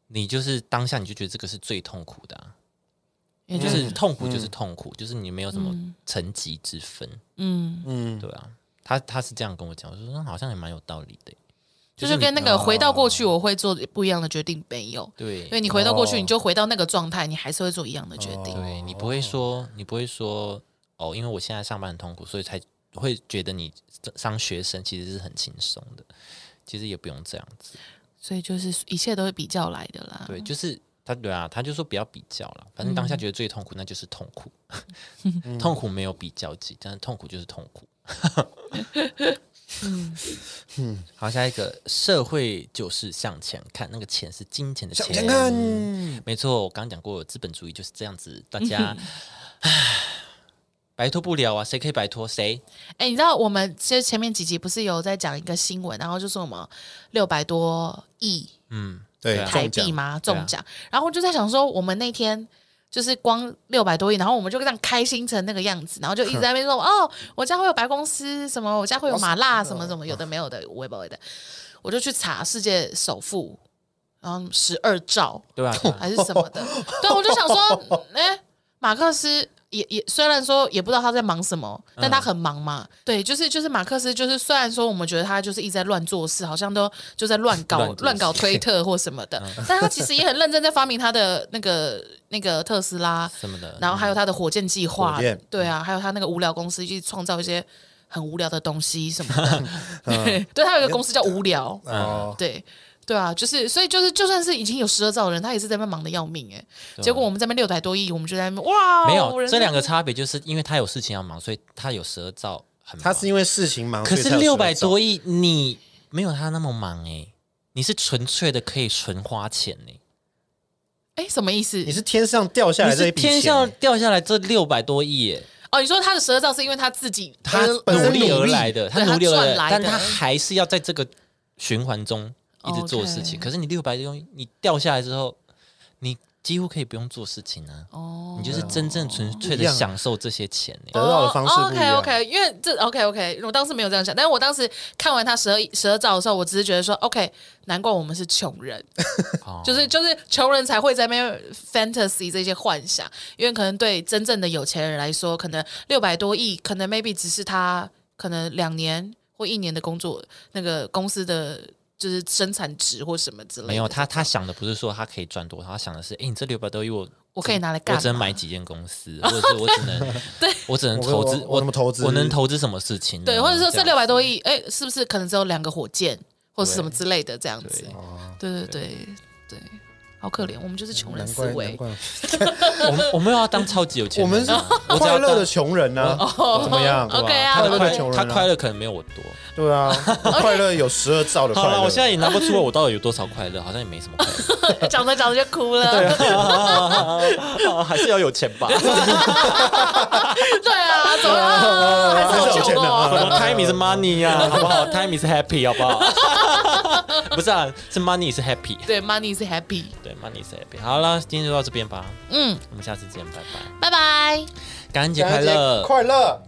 Speaker 1: 你就是当下你就觉得这个是最痛苦的、啊，
Speaker 3: 也
Speaker 1: 就
Speaker 3: 就是
Speaker 1: 是痛苦就是痛苦，就是你没有什么层级之分，
Speaker 3: 嗯，
Speaker 5: 嗯，
Speaker 1: 对啊。他他是这样跟我讲，我说嗯好像也蛮有道理的，
Speaker 3: 就是跟那个回到过去，我会做不一样的决定没有。
Speaker 1: 对
Speaker 3: 因为你回到过去，你就回到那个状态，你还是会做一样的决定。
Speaker 1: 哦对你不会说，你不会说哦，因为我现在上班很痛苦，所以才会觉得你当学生其实是很轻松的。其实也不用这样子，
Speaker 3: 所以就是一切都是比较来的啦。
Speaker 1: 对，就是他对啊，他就说不要比较了，反正当下觉得最痛苦，那就是痛苦， [laughs] 痛苦没有比较级，但是痛苦就是痛苦。 [laughs] 嗯，好，下一个社会就是向前看，那个钱是金钱的钱，
Speaker 5: 前看
Speaker 1: 没错，我刚刚讲过，资本主义就是这样子，大家唉摆脱不了啊，谁可以摆脱谁？
Speaker 3: 哎、你知道我们其实前面几集不是有在讲一个新闻，然后就说我们六百多亿
Speaker 1: 嗯，
Speaker 5: 对，
Speaker 3: 台
Speaker 5: 中
Speaker 3: 币
Speaker 5: 奖
Speaker 3: 嘛
Speaker 1: 对啊
Speaker 3: 中奖，然后我就在想说，我们那天就是光六百多亿，然后我们就这样开心成那个样子，然后就一直在那边说哦，我家会有白公司什么，我家会有麻辣什么什么，有的没有的，我也不会的，我就去查世界首富，然后十二兆，
Speaker 1: 对吧、对啊？
Speaker 3: 还是什么的。对，我就想说，哎、马克思也也虽然说也不知道他在忙什么，
Speaker 1: 嗯
Speaker 3: 但他很忙嘛。对，就是就是马克思，就是虽然说我们觉得他就是一直在乱做事，好像都就在乱搞
Speaker 1: 乱做事嗯
Speaker 3: 乱搞推特或什么的，但他其实也很认真在发明他的那个那个特斯拉，
Speaker 1: 什么的，
Speaker 3: 然后还有他的火箭计划
Speaker 5: 火箭，
Speaker 3: 对啊，还有他那个无聊公司去创造一些。很无聊的东西什么的，
Speaker 1: 嗯
Speaker 3: [laughs] 对，对他有一个公司叫无聊，
Speaker 5: 哦，
Speaker 3: 对对啊，就是所以就是就算是已经有十二兆的人，他也是在那边忙的要命哎、结果我们这边六百多亿，我们就在那边哇，
Speaker 1: 啊没
Speaker 3: 我
Speaker 1: 有
Speaker 3: 人
Speaker 1: 这
Speaker 3: 生
Speaker 1: 两个差别，就是因为他有事情要忙，所以他有十二兆很忙。
Speaker 5: 他是因为事情忙，哦
Speaker 1: 可
Speaker 5: 所以
Speaker 1: 是
Speaker 5: 才有
Speaker 1: 六百
Speaker 5: 时候
Speaker 1: 多亿，你没有他那么忙哎、你是纯粹的可以纯花钱哎、
Speaker 3: 哎什么意思
Speaker 5: 你？是天上掉下
Speaker 1: 你
Speaker 5: 来这
Speaker 1: 是
Speaker 5: 一笔钱，欸
Speaker 1: 天上掉下来这六百多亿耶、
Speaker 3: 哦，你说他的十二兆是因为他自己
Speaker 1: 他
Speaker 3: 呃
Speaker 5: 本
Speaker 1: 努
Speaker 5: 身
Speaker 1: 力
Speaker 5: 努
Speaker 1: 而
Speaker 5: 力
Speaker 1: 来的，他
Speaker 3: 对他
Speaker 1: 努力而
Speaker 3: 赚
Speaker 1: 来的，
Speaker 3: 来
Speaker 1: 但
Speaker 3: 的
Speaker 1: 他还是要在这个循环中一直做
Speaker 5: 哦
Speaker 1: 事情。
Speaker 3: OK
Speaker 1: 可是你六百多亿，你掉下来之后，你几乎可以不用做事情啊，
Speaker 3: 哦
Speaker 1: 你就是真正纯粹
Speaker 5: 不
Speaker 1: 的
Speaker 5: 一样啊
Speaker 1: 享受这些钱欸呢、
Speaker 5: 得到的方式
Speaker 1: 哦
Speaker 5: 不一
Speaker 3: OK
Speaker 5: 样。
Speaker 3: OK，因哦为这 OK OK，我当时没有这样想，但是我当时看完他十二十二兆的时候，我只是觉得说 OK，难怪我们是穷
Speaker 5: [laughs]
Speaker 3: 人，
Speaker 1: 哦
Speaker 3: 就是就是穷人才会在那边 fantasy 这些幻想，因为可能对真正的有钱人来说，可能六百多亿，可能 maybe 只是他可能两年或一年的工作那个公司的就是生产值或什么之类的。
Speaker 1: 没有他，他想的不是说他可以赚多少，他想的是，哎、你这六百多亿我
Speaker 3: 我可以拿来干
Speaker 1: 我
Speaker 3: 嘛
Speaker 1: 只能买几间公司，或者是我只
Speaker 3: [laughs]
Speaker 1: 能，对我只能投资，
Speaker 5: 我我我怎么投资
Speaker 1: 我能投资什么事情呢？
Speaker 3: 对，或者说
Speaker 1: 这
Speaker 3: 这
Speaker 1: 样
Speaker 3: 六百多亿，哎，是不是可能只有两个火箭或者什么之类的这样子
Speaker 5: 哦
Speaker 1: 对？
Speaker 3: 对对对对，好可怜，我们就是穷人
Speaker 5: 难
Speaker 3: 思
Speaker 5: 怪难
Speaker 3: 维。
Speaker 5: 怪，
Speaker 1: 我们我们要当超级有钱
Speaker 5: 我们
Speaker 1: 人啊，
Speaker 5: 是
Speaker 1: 我只
Speaker 5: 快
Speaker 1: 要
Speaker 5: 乐
Speaker 1: 当
Speaker 5: 的穷人呢，
Speaker 1: 哦
Speaker 5: 怎么样？
Speaker 3: OK
Speaker 1: 他
Speaker 3: 啊
Speaker 5: 快乐
Speaker 1: 快
Speaker 5: 的穷人
Speaker 1: 他
Speaker 5: 啊，
Speaker 1: 快乐可能没有我多。
Speaker 5: 对
Speaker 1: [laughs]
Speaker 5: 啊，快乐有十二兆的快
Speaker 1: 好
Speaker 5: 乐。
Speaker 1: 了，我现在也拿不出来我到底有多少快乐，好像也没什么快乐。
Speaker 3: 讲着讲着就哭了。
Speaker 5: 啊 [laughs]
Speaker 1: 还是要有钱吧？
Speaker 3: [laughs] 对啊，怎么
Speaker 5: [laughs]
Speaker 3: 了？还是
Speaker 5: 还是
Speaker 3: 好
Speaker 5: 有
Speaker 3: 穷
Speaker 5: 钱的
Speaker 3: 哦。
Speaker 5: 啊
Speaker 1: time is money 呀，好不好？Time is happy，好不好？不是啊，是 money 是 happy，
Speaker 3: 对，money is happy。
Speaker 1: 对 money saving。好了，今天就到这边吧，
Speaker 3: 嗯，
Speaker 1: 我们下次见，拜拜，
Speaker 3: 拜拜。
Speaker 1: 感恩节快乐！
Speaker 5: 快乐！